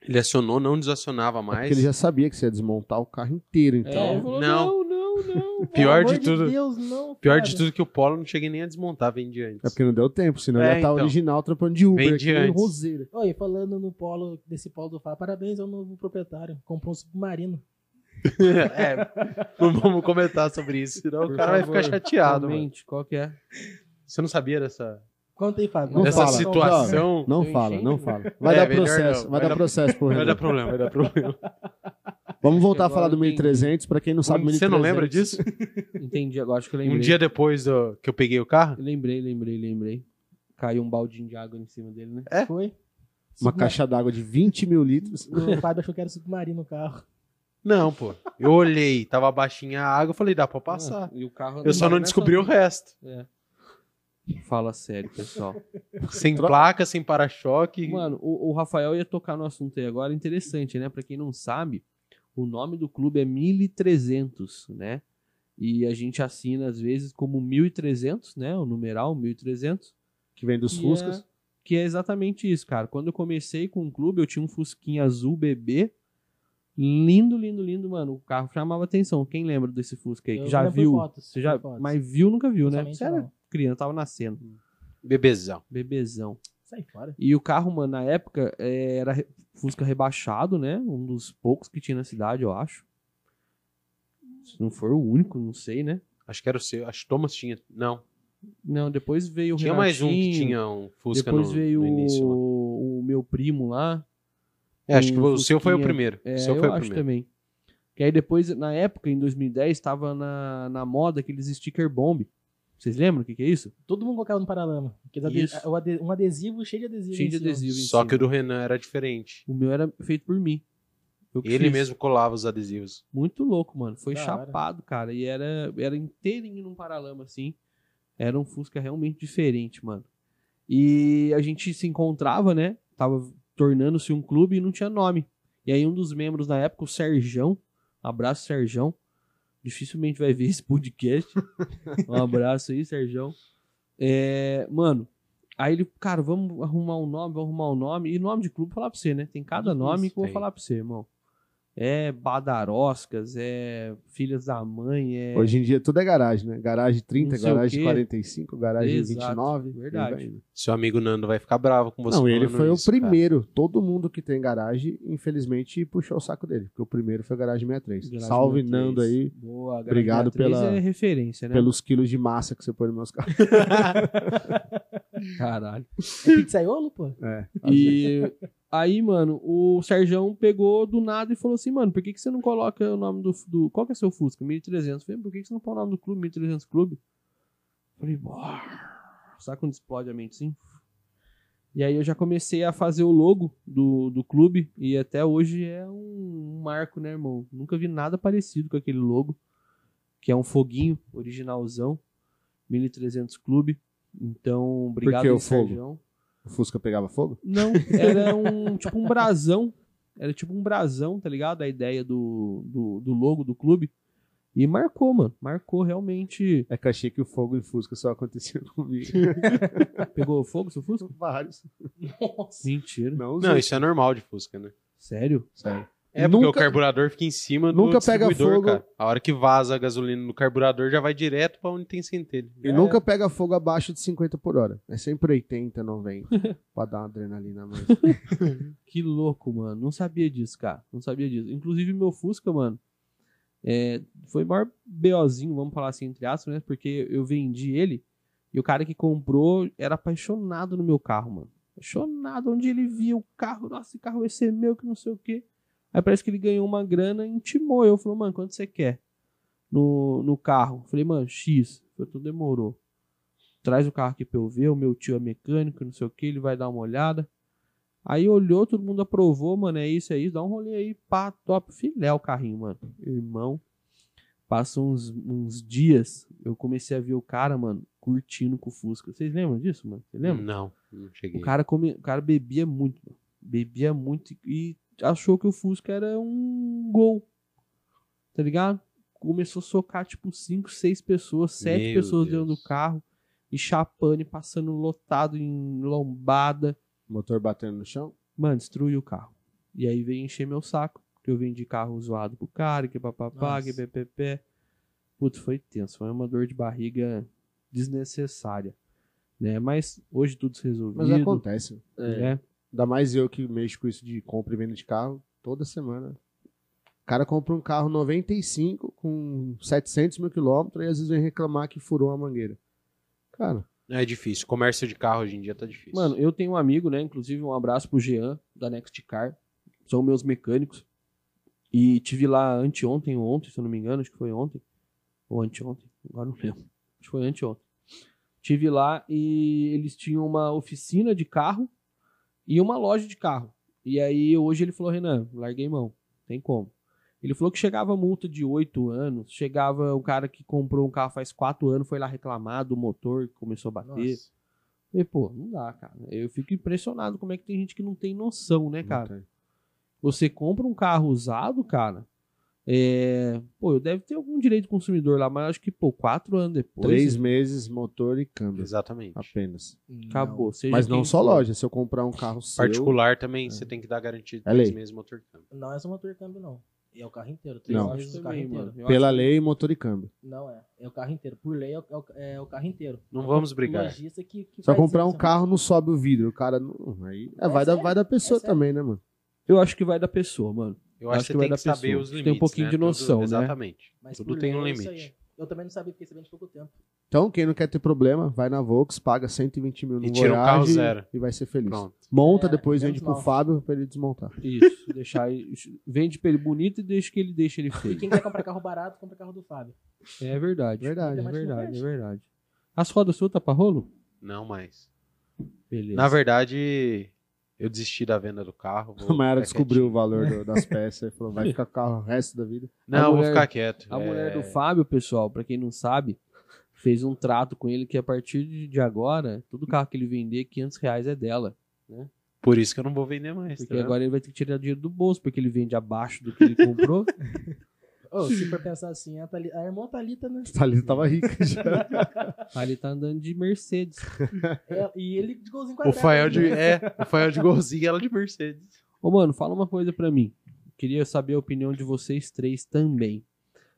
[SPEAKER 4] Ele acionou, não desacionava
[SPEAKER 2] É
[SPEAKER 4] mais.
[SPEAKER 2] Porque ele já sabia que você ia desmontar o carro inteiro, então.
[SPEAKER 1] É, falou,
[SPEAKER 4] não.
[SPEAKER 1] não, não, não.
[SPEAKER 4] Pior
[SPEAKER 3] Pelo
[SPEAKER 4] de
[SPEAKER 3] amor
[SPEAKER 4] tudo-
[SPEAKER 3] Deus, não,
[SPEAKER 4] Pior
[SPEAKER 3] cara.
[SPEAKER 4] de tudo que o Polo não cheguei nem a desmontar, vendi
[SPEAKER 2] É,
[SPEAKER 4] antes.
[SPEAKER 2] porque não deu tempo, senão
[SPEAKER 4] É,
[SPEAKER 2] ele ia estar
[SPEAKER 4] então.
[SPEAKER 2] original trampando de Uber
[SPEAKER 4] Vem
[SPEAKER 2] aqui né,
[SPEAKER 4] de
[SPEAKER 2] em
[SPEAKER 4] antes.
[SPEAKER 2] Roseira.
[SPEAKER 3] Oi, falando no polo, desse polo do Fá, parabéns ao novo proprietário. Comprou um submarino.
[SPEAKER 4] é, não vamos comentar sobre isso, senão
[SPEAKER 1] Por
[SPEAKER 4] o cara
[SPEAKER 1] favor,
[SPEAKER 4] vai ficar chateado, mano.
[SPEAKER 1] Realmente, qual que é?
[SPEAKER 4] Você não sabia dessa,
[SPEAKER 3] Conta aí, Fábio.
[SPEAKER 2] Não
[SPEAKER 4] dessa
[SPEAKER 2] fala.
[SPEAKER 4] situação?
[SPEAKER 2] Não
[SPEAKER 1] Deu
[SPEAKER 2] fala,
[SPEAKER 1] enchente,
[SPEAKER 2] não
[SPEAKER 1] né?
[SPEAKER 2] fala. Vai
[SPEAKER 4] É,
[SPEAKER 2] dar
[SPEAKER 4] melhor
[SPEAKER 2] processo,
[SPEAKER 4] não.
[SPEAKER 2] vai,
[SPEAKER 4] Vai
[SPEAKER 2] dar
[SPEAKER 4] dar-
[SPEAKER 2] processo pro
[SPEAKER 4] Vai
[SPEAKER 2] Renan.
[SPEAKER 4] dar problema, vai dar problema.
[SPEAKER 2] Vamos voltar a
[SPEAKER 1] Agora
[SPEAKER 2] falar do
[SPEAKER 1] eu entendi.
[SPEAKER 2] 1300, pra quem não sabe,
[SPEAKER 4] Um, Você não lembra
[SPEAKER 2] 1300
[SPEAKER 4] disso?
[SPEAKER 1] Entendi, agora acho que eu lembrei.
[SPEAKER 4] Um dia depois do- que eu peguei o carro?
[SPEAKER 1] Lembrei, lembrei, lembrei. Caiu um baldinho de água em cima dele, né?
[SPEAKER 4] É.
[SPEAKER 3] Foi?
[SPEAKER 2] Uma
[SPEAKER 3] Subma-
[SPEAKER 2] caixa d'água de 20 mil litros.
[SPEAKER 3] O Fábio achou que era um submarino o carro.
[SPEAKER 4] Não, pô. Eu olhei, tava baixinha a água, eu falei, dá pra passar.
[SPEAKER 1] Ah, e o carro
[SPEAKER 4] Eu só não descobri o resto.
[SPEAKER 1] Fala sério, pessoal.
[SPEAKER 4] Sem placa, sem para-choque.
[SPEAKER 1] Mano, o, o Rafael ia tocar no assunto aí agora. Interessante, né? Pra quem não sabe, o nome do clube é 1300, né? E a gente assina às vezes como 1300, né? O numeral 1300.
[SPEAKER 2] que vem dos
[SPEAKER 1] Que
[SPEAKER 2] Fuscas.
[SPEAKER 1] é- que é exatamente isso, cara. Quando eu comecei com o clube, eu tinha um Fusquinha azul bebê. Lindo, lindo, lindo, mano. O carro chamava atenção. Quem lembra desse Fusca aí?
[SPEAKER 3] Eu
[SPEAKER 1] que já
[SPEAKER 3] lembro por
[SPEAKER 1] viu?
[SPEAKER 3] fotos,
[SPEAKER 1] Você já,
[SPEAKER 3] por fotos.
[SPEAKER 1] mas viu, nunca viu, né?
[SPEAKER 3] Somente
[SPEAKER 1] Você era
[SPEAKER 3] não. Hum.
[SPEAKER 1] criança, tava nascendo.
[SPEAKER 4] Bebezão.
[SPEAKER 1] Bebezão.
[SPEAKER 3] Sai fora.
[SPEAKER 1] E o carro, mano, na época é, era re- Fusca rebaixado, né? Um dos poucos que tinha na cidade, eu acho. Se não for o único, não sei, né?
[SPEAKER 4] Acho que era o seu. Acho que Thomas tinha. Não.
[SPEAKER 1] Não, depois veio o
[SPEAKER 4] tinha mais um que
[SPEAKER 1] Renatinho,
[SPEAKER 4] tinha um Fusca no,
[SPEAKER 1] Depois veio
[SPEAKER 4] no início. né? lá.
[SPEAKER 1] o, o meu primo lá.
[SPEAKER 4] É, acho que
[SPEAKER 1] um
[SPEAKER 4] o seu foi o
[SPEAKER 1] Fusquinha.
[SPEAKER 4] primeiro.
[SPEAKER 1] É,
[SPEAKER 4] o seu
[SPEAKER 1] eu
[SPEAKER 4] foi o
[SPEAKER 1] acho
[SPEAKER 4] primeiro.
[SPEAKER 1] também. Que aí depois, na época, em 2010, tava na, na moda aqueles sticker bomb. Vocês lembram o que, que é isso?
[SPEAKER 3] Todo mundo colocava no paralama. Aqueles ade-
[SPEAKER 1] Isso.
[SPEAKER 3] o ade- Um adesivo cheio de adesivo.
[SPEAKER 1] Cheio de
[SPEAKER 3] em cima.
[SPEAKER 1] adesivo em
[SPEAKER 4] Só
[SPEAKER 1] cima.
[SPEAKER 4] que o do Renan era diferente.
[SPEAKER 1] O meu era feito por mim. Eu que
[SPEAKER 4] Ele
[SPEAKER 1] fiz.
[SPEAKER 4] mesmo colava os adesivos.
[SPEAKER 1] Muito louco, mano. Foi
[SPEAKER 3] Da hora.
[SPEAKER 1] chapado, cara. E era, era inteirinho num paralama, assim. Era um Fusca realmente diferente, mano. E a gente se encontrava, né? Tava tornando-se um clube e não tinha nome. E aí um dos membros na época, o Serjão. Abraço, Serjão. Dificilmente vai ver esse podcast. um abraço aí, Serjão. É, mano, aí ele, cara, vamos arrumar um nome, vamos arrumar um nome. E nome de clube, vou falar pra você, né? Tem cada
[SPEAKER 3] Difícil,
[SPEAKER 1] nome que eu vou
[SPEAKER 4] tem.
[SPEAKER 1] falar pra você, irmão. É Badaroscas, é Filhas da Mãe, é.
[SPEAKER 2] Hoje em dia tudo é garagem, né? Garagem 30,
[SPEAKER 1] Não sei o
[SPEAKER 2] garagem
[SPEAKER 1] quê.
[SPEAKER 2] 45, garagem
[SPEAKER 1] Exato,
[SPEAKER 2] 29.
[SPEAKER 1] verdade.
[SPEAKER 2] e vai indo.
[SPEAKER 4] Seu amigo Nando vai ficar bravo com você.
[SPEAKER 2] Não, ele
[SPEAKER 4] falando
[SPEAKER 2] foi
[SPEAKER 4] isso,
[SPEAKER 2] o
[SPEAKER 4] cara.
[SPEAKER 2] primeiro. Todo mundo que tem garagem, infelizmente, puxou o saco dele. Porque o primeiro foi a garagem 63.
[SPEAKER 1] Garagem
[SPEAKER 2] Salve
[SPEAKER 1] 63.
[SPEAKER 2] Nando aí
[SPEAKER 1] Boa, Garagem
[SPEAKER 2] Obrigado
[SPEAKER 1] 63
[SPEAKER 2] pela-
[SPEAKER 1] é referência, né?
[SPEAKER 2] pelos quilos de massa que você pôs nos meus carros.
[SPEAKER 1] Caralho.
[SPEAKER 3] É pizzaiolo, pô?
[SPEAKER 2] É.
[SPEAKER 1] E aí, mano, o Serjão pegou do nada e falou assim, mano, por que, que você não coloca o nome do, do- Qual que é seu Fusca? 1300. Eu Falei, por que, que você não põe o nome do clube, 1300 Clube? Eu Falei, "Uau." sabe quando explode a mente assim? E aí eu já comecei a fazer o logo do, do clube e até hoje é um marco, né, irmão? Nunca vi nada parecido com aquele logo, que é um foguinho originalzão, 1300 Clube. Então, obrigado,
[SPEAKER 2] que é o
[SPEAKER 1] aí,
[SPEAKER 2] fogo?
[SPEAKER 1] Serjão.
[SPEAKER 2] O Fusca pegava fogo?
[SPEAKER 1] Não, era um tipo um brasão. Era tipo um brasão, tá ligado? A ideia do, do, do logo do clube. E marcou, mano. Marcou realmente.
[SPEAKER 2] É que eu achei que o fogo e o Fusca só acontecia comigo.
[SPEAKER 1] Pegou fogo, seu Fusca?
[SPEAKER 2] Vários.
[SPEAKER 3] Nossa.
[SPEAKER 1] Mentira.
[SPEAKER 2] Não, os
[SPEAKER 4] Não,
[SPEAKER 2] outros.
[SPEAKER 4] isso é normal de Fusca, né?
[SPEAKER 1] Sério?
[SPEAKER 2] Sério.
[SPEAKER 4] É porque
[SPEAKER 2] Nunca-
[SPEAKER 4] o carburador fica em cima do
[SPEAKER 2] Nunca pega
[SPEAKER 4] distribuidor,
[SPEAKER 2] fogo.
[SPEAKER 4] cara. A hora que vaza a gasolina no carburador já vai direto pra onde tem centelha. É.
[SPEAKER 2] E nunca pega fogo abaixo de 50 por hora. É sempre 80, 90. pra dar uma adrenalina a mais.
[SPEAKER 1] Que louco, mano. Não sabia disso, cara. Não sabia disso. Inclusive, meu Fusca, mano. é, foi o maior BOzinho, vamos falar assim, entre aspas, né? Porque eu vendi ele e o cara que comprou era apaixonado no meu carro, mano. Apaixonado, onde ele via o carro, nossa, esse carro vai ser meu, que não sei o quê. Aí parece que ele ganhou uma grana e intimou eu. Falou, mano, quanto você quer no, no carro? Eu Falei, mano, X. Eu falei, "Então demorou. Traz o carro aqui pra eu ver, o meu tio é mecânico, não sei o que, ele vai dar uma olhada. Aí olhou, todo mundo aprovou, mano, é isso, é isso, dá um rolê aí, pá, top, filé o carrinho, mano. Irmão, passam uns, uns dias, eu comecei a ver o cara, mano, curtindo com o Fusca. Vocês lembram disso, mano? Você lembra?
[SPEAKER 4] Não, não cheguei.
[SPEAKER 1] O cara, come, o cara bebia muito, mano. bebia muito e achou que o Fusca era um gol, tá ligado? Começou a socar, tipo, 5, 6 pessoas, 7
[SPEAKER 4] Meu
[SPEAKER 1] pessoas
[SPEAKER 4] Deus.
[SPEAKER 1] dentro do carro, e chapando e passando lotado em lombada.
[SPEAKER 2] Motor batendo no chão?
[SPEAKER 1] Mano, destruiu o carro. E aí veio encher meu saco. Que eu vendi carro zoado pro cara, que papapá,
[SPEAKER 3] Nossa.
[SPEAKER 1] que PPP. Putz, foi tenso. Foi uma dor de barriga desnecessária. Né? Mas hoje tudo se
[SPEAKER 2] Mas
[SPEAKER 1] resolvido.
[SPEAKER 2] acontece.
[SPEAKER 1] né?
[SPEAKER 2] Ainda mais eu que mexo com isso de compra e venda de carro toda semana. O cara compra um carro 95 com 700 mil quilômetros e às vezes vem reclamar que furou uma mangueira. Cara,
[SPEAKER 4] É difícil. Comércio de carro hoje em dia tá difícil.
[SPEAKER 1] Mano, eu tenho um amigo, né? Inclusive, um abraço pro Jean, da Next Car. São meus mecânicos. E tive lá anteontem ou ontem, se eu não me engano, acho que foi ontem. Ou anteontem, agora não lembro. Acho que foi anteontem. Tive lá e eles tinham uma oficina de carro e uma loja de carro. E aí hoje ele falou, Renan, larguei mão, tem como. Ele falou que chegava multa de 8 anos, chegava o cara que comprou um carro faz 4 anos, foi lá reclamar do motor que começou a bater.
[SPEAKER 3] Nossa.
[SPEAKER 1] Falei, pô, não dá, cara. Eu fico impressionado como é que tem gente que não tem noção, né,
[SPEAKER 2] não
[SPEAKER 1] cara?
[SPEAKER 2] tem.
[SPEAKER 1] Você compra um carro usado, cara. É... Pô, eu deve ter algum direito do consumidor lá, mas acho que, pô, quatro anos depois.
[SPEAKER 2] três meses, motor e câmbio.
[SPEAKER 4] Exatamente.
[SPEAKER 2] Apenas.
[SPEAKER 1] Acabou. Seja
[SPEAKER 2] Mas não
[SPEAKER 1] quem
[SPEAKER 2] só
[SPEAKER 1] for.
[SPEAKER 2] loja. Se eu comprar um carro seu,
[SPEAKER 4] Particular também, você tem que dar garantia de
[SPEAKER 2] É
[SPEAKER 4] três
[SPEAKER 2] lei.
[SPEAKER 4] meses motor câmbio.
[SPEAKER 3] Não é só motor câmbio, não. É o carro inteiro. Três
[SPEAKER 1] Eu
[SPEAKER 2] Não.
[SPEAKER 1] acho
[SPEAKER 3] vezes o carro
[SPEAKER 1] também,
[SPEAKER 3] inteiro.
[SPEAKER 1] mano. Eu
[SPEAKER 2] pela
[SPEAKER 1] acho-
[SPEAKER 2] lei, motor e câmbio.
[SPEAKER 3] Não é. É o carro inteiro. Por lei é o, é o- é o carro inteiro.
[SPEAKER 4] Não
[SPEAKER 3] É o
[SPEAKER 4] vamos brigar.
[SPEAKER 3] lojista que- que
[SPEAKER 2] Se eu
[SPEAKER 3] faz
[SPEAKER 2] comprar
[SPEAKER 3] isso,
[SPEAKER 2] um
[SPEAKER 3] né?
[SPEAKER 2] carro, não sobe o vidro. O cara não. Aí, é,
[SPEAKER 3] É
[SPEAKER 2] vai, da,
[SPEAKER 3] sério,
[SPEAKER 2] vai da pessoa
[SPEAKER 3] é sério.
[SPEAKER 2] também, né, mano?
[SPEAKER 1] Eu acho que vai da pessoa, mano.
[SPEAKER 4] Eu acho,
[SPEAKER 1] Acho
[SPEAKER 4] que
[SPEAKER 1] que
[SPEAKER 4] você
[SPEAKER 1] vai
[SPEAKER 4] tem que
[SPEAKER 1] da
[SPEAKER 4] saber
[SPEAKER 1] pessoa.
[SPEAKER 4] os
[SPEAKER 1] Tem um
[SPEAKER 4] limites.
[SPEAKER 1] pouquinho
[SPEAKER 4] né?
[SPEAKER 1] de
[SPEAKER 4] Tudo-
[SPEAKER 1] noção, né?
[SPEAKER 4] Exatamente.
[SPEAKER 3] Mas
[SPEAKER 4] Tudo
[SPEAKER 3] por
[SPEAKER 4] tem
[SPEAKER 3] lei
[SPEAKER 4] um
[SPEAKER 3] é isso
[SPEAKER 4] limite.
[SPEAKER 3] aí. Eu também não sabia, fiquei sabendo de pouco tempo.
[SPEAKER 2] Então, quem não quer ter problema, vai na Vox, paga 120 mil no
[SPEAKER 4] E tira um carro
[SPEAKER 2] Voyage
[SPEAKER 4] zero.
[SPEAKER 2] e vai ser feliz.
[SPEAKER 4] Pronto.
[SPEAKER 2] Monta,
[SPEAKER 3] É,
[SPEAKER 2] depois
[SPEAKER 3] menos
[SPEAKER 2] vende pro
[SPEAKER 3] mal.
[SPEAKER 2] Fábio pra ele desmontar.
[SPEAKER 1] É Isso. deixar ele- Vende pra ele bonito e deixa que ele deixa ele
[SPEAKER 3] E
[SPEAKER 1] feio.
[SPEAKER 3] quem quer comprar carro barato, compra carro do Fábio.
[SPEAKER 1] É verdade.
[SPEAKER 2] Verdade.
[SPEAKER 1] É
[SPEAKER 3] Mas não
[SPEAKER 1] verdade, é
[SPEAKER 3] perde.
[SPEAKER 1] verdade. As rodas suas tá pra rolo?
[SPEAKER 4] Não mais.
[SPEAKER 1] Beleza.
[SPEAKER 4] Na verdade, eu desisti da venda do carro. vou
[SPEAKER 2] A Mayara
[SPEAKER 4] ficar
[SPEAKER 2] descobriu o valor do- das peças e falou: vai ficar com o carro o resto da vida.
[SPEAKER 4] quietinho. Não,
[SPEAKER 1] A
[SPEAKER 4] eu vou
[SPEAKER 1] mulher-
[SPEAKER 4] ficar quieto.
[SPEAKER 1] A
[SPEAKER 4] É,
[SPEAKER 1] mulher do Fábio, pessoal, pra quem não sabe, fez um trato com ele que a partir de de agora, todo carro que ele vender, 500 reais é dela.
[SPEAKER 4] Por isso que eu não vou vender mais. tá
[SPEAKER 1] Porque
[SPEAKER 4] vendo?
[SPEAKER 1] agora ele vai ter que tirar dinheiro do bolso, porque ele vende abaixo do que ele comprou.
[SPEAKER 3] Ô, se for pensar assim, a, Thali- a irmã Thalita, né?
[SPEAKER 2] Thalita tava rica já.
[SPEAKER 1] aí ele tá andando de Mercedes.
[SPEAKER 3] É, e ele de golzinho
[SPEAKER 4] O
[SPEAKER 3] quadrado.
[SPEAKER 4] Fael
[SPEAKER 3] né?
[SPEAKER 4] de, é, o Fael de golzinho e ela de Mercedes.
[SPEAKER 1] Ô, mano, fala uma coisa pra mim. Queria saber a opinião de vocês três também.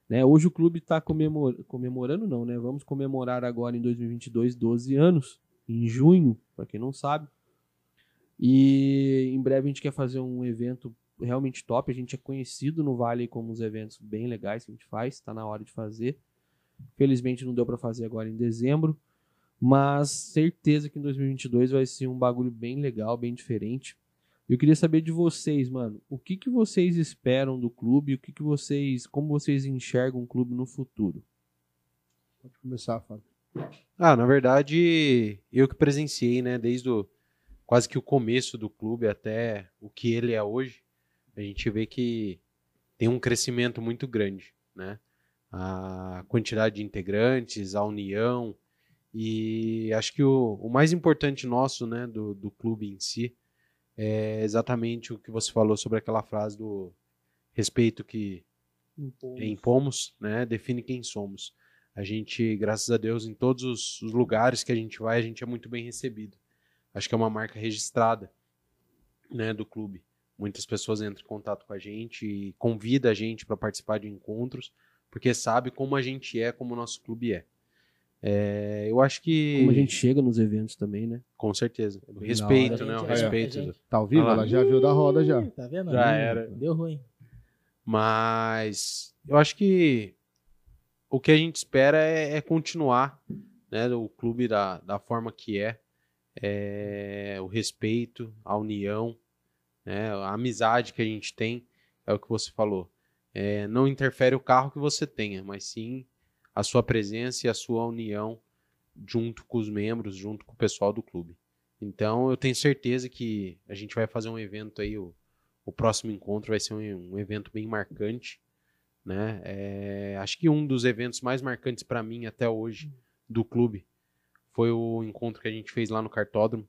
[SPEAKER 1] Né? Hoje o clube tá comemor- comemorando, não, né? Vamos comemorar agora em 2022, 12 anos, em junho, pra quem não sabe. E em breve a gente quer fazer um evento realmente top. A gente é conhecido no Vale como uns eventos bem legais que a gente faz, tá na hora de fazer. Felizmente não deu pra fazer agora em dezembro. Mas certeza que em 2022 vai ser um bagulho bem legal, bem diferente. Eu queria saber de vocês, mano, o que, que vocês esperam do clube, o que, que vocês, como vocês enxergam o clube no futuro?
[SPEAKER 2] Pode começar, Fábio.
[SPEAKER 4] Ah, na verdade, eu que presenciei, né, desde o, quase que o começo do clube até o que ele é hoje, a gente vê que tem um crescimento muito grande, né? A quantidade de integrantes, a união e acho que o, o mais importante nosso, né, do, do clube em si, é exatamente o que você falou sobre aquela frase do respeito que impomos, né, define quem somos. A gente, graças a Deus, em todos os, os lugares que a gente vai, a gente é muito bem recebido. Acho que é uma marca registrada, né, do clube. Muitas pessoas entram em contato com a gente e convida a gente para participar de encontros, porque sabe como a gente é, como o nosso clube é. É, eu acho que
[SPEAKER 1] Como a gente chega nos eventos também, né?
[SPEAKER 4] com certeza, o
[SPEAKER 1] bem
[SPEAKER 4] respeito,
[SPEAKER 3] da
[SPEAKER 4] né,
[SPEAKER 3] hora,
[SPEAKER 4] o
[SPEAKER 3] gente, é,
[SPEAKER 4] respeito.
[SPEAKER 3] a gente-
[SPEAKER 2] Tá ao vivo?
[SPEAKER 4] Olha lá.
[SPEAKER 2] Ela já viu da roda já.
[SPEAKER 3] Ih, Tá vendo?
[SPEAKER 4] Já
[SPEAKER 3] Ih,
[SPEAKER 4] era.
[SPEAKER 3] Deu ruim.
[SPEAKER 4] Mas eu acho que o que a gente espera é, é continuar né, o clube da, da forma que é. É, o respeito, a união, né, a amizade que a gente tem, é o que você falou. É, não interfere o carro que você tenha, mas sim a sua presença e a sua união junto com os membros, junto com o pessoal do clube. Então eu tenho certeza que a gente vai fazer um evento aí, o o próximo encontro vai ser um, um evento bem marcante, né? É, acho que um dos eventos mais marcantes para mim até hoje do clube foi o encontro que a gente fez lá no Cartódromo,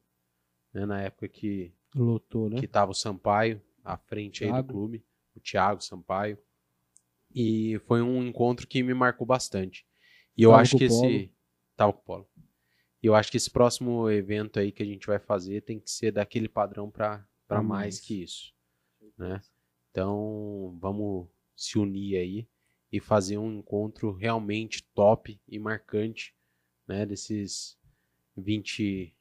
[SPEAKER 4] né? na época que
[SPEAKER 1] Lotou, né?
[SPEAKER 4] que tava o Sampaio à frente aí
[SPEAKER 1] Thiago.
[SPEAKER 4] do clube, o Thiago Sampaio. E foi um encontro que me marcou bastante. E eu
[SPEAKER 1] Tava
[SPEAKER 4] acho
[SPEAKER 1] com
[SPEAKER 4] que
[SPEAKER 1] o Polo.
[SPEAKER 4] esse. Tava com o Polo. E eu acho que esse próximo evento aí que a gente vai fazer tem que ser daquele padrão pra pra
[SPEAKER 1] Pra
[SPEAKER 4] mais
[SPEAKER 1] mais.
[SPEAKER 4] que isso. Né? Então vamos se unir aí e fazer um encontro realmente top e marcante né, desses 20,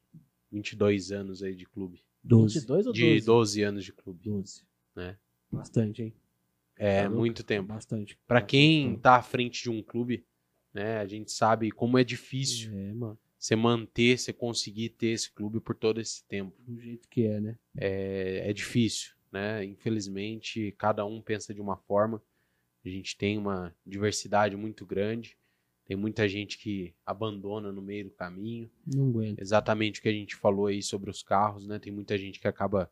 [SPEAKER 4] 22 anos aí de clube.
[SPEAKER 1] 12.
[SPEAKER 3] 22 ou
[SPEAKER 4] De
[SPEAKER 3] 12?
[SPEAKER 4] 12 anos de clube.
[SPEAKER 1] 12.
[SPEAKER 4] Né?
[SPEAKER 1] Bastante, hein?
[SPEAKER 4] É,
[SPEAKER 1] Tá louco?
[SPEAKER 4] muito tempo.
[SPEAKER 1] Bastante.
[SPEAKER 4] Pra quem tá à frente de um clube, né, a gente sabe como é difícil
[SPEAKER 1] É, mano.
[SPEAKER 4] você manter, você conseguir ter esse clube por todo esse tempo.
[SPEAKER 1] Do jeito que é, né?
[SPEAKER 4] É, é difícil, né? Infelizmente, cada um pensa de uma forma. A gente tem uma diversidade muito grande. Tem muita gente que abandona no meio do caminho.
[SPEAKER 1] Não aguento.
[SPEAKER 4] Exatamente o que a gente falou aí sobre os carros, né? Tem muita gente que acaba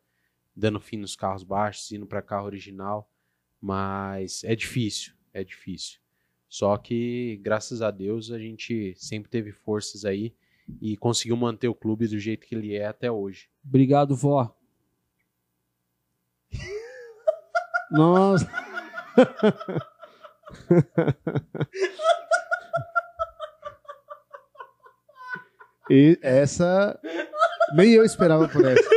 [SPEAKER 4] dando fim nos carros baixos, indo para carro original, mas é difícil, é difícil. Só que, graças a Deus, a gente sempre teve forças aí e conseguiu manter o clube do jeito que ele é até hoje.
[SPEAKER 1] Obrigado, vó.
[SPEAKER 2] Nossa. e essa. Nem eu esperava por essa.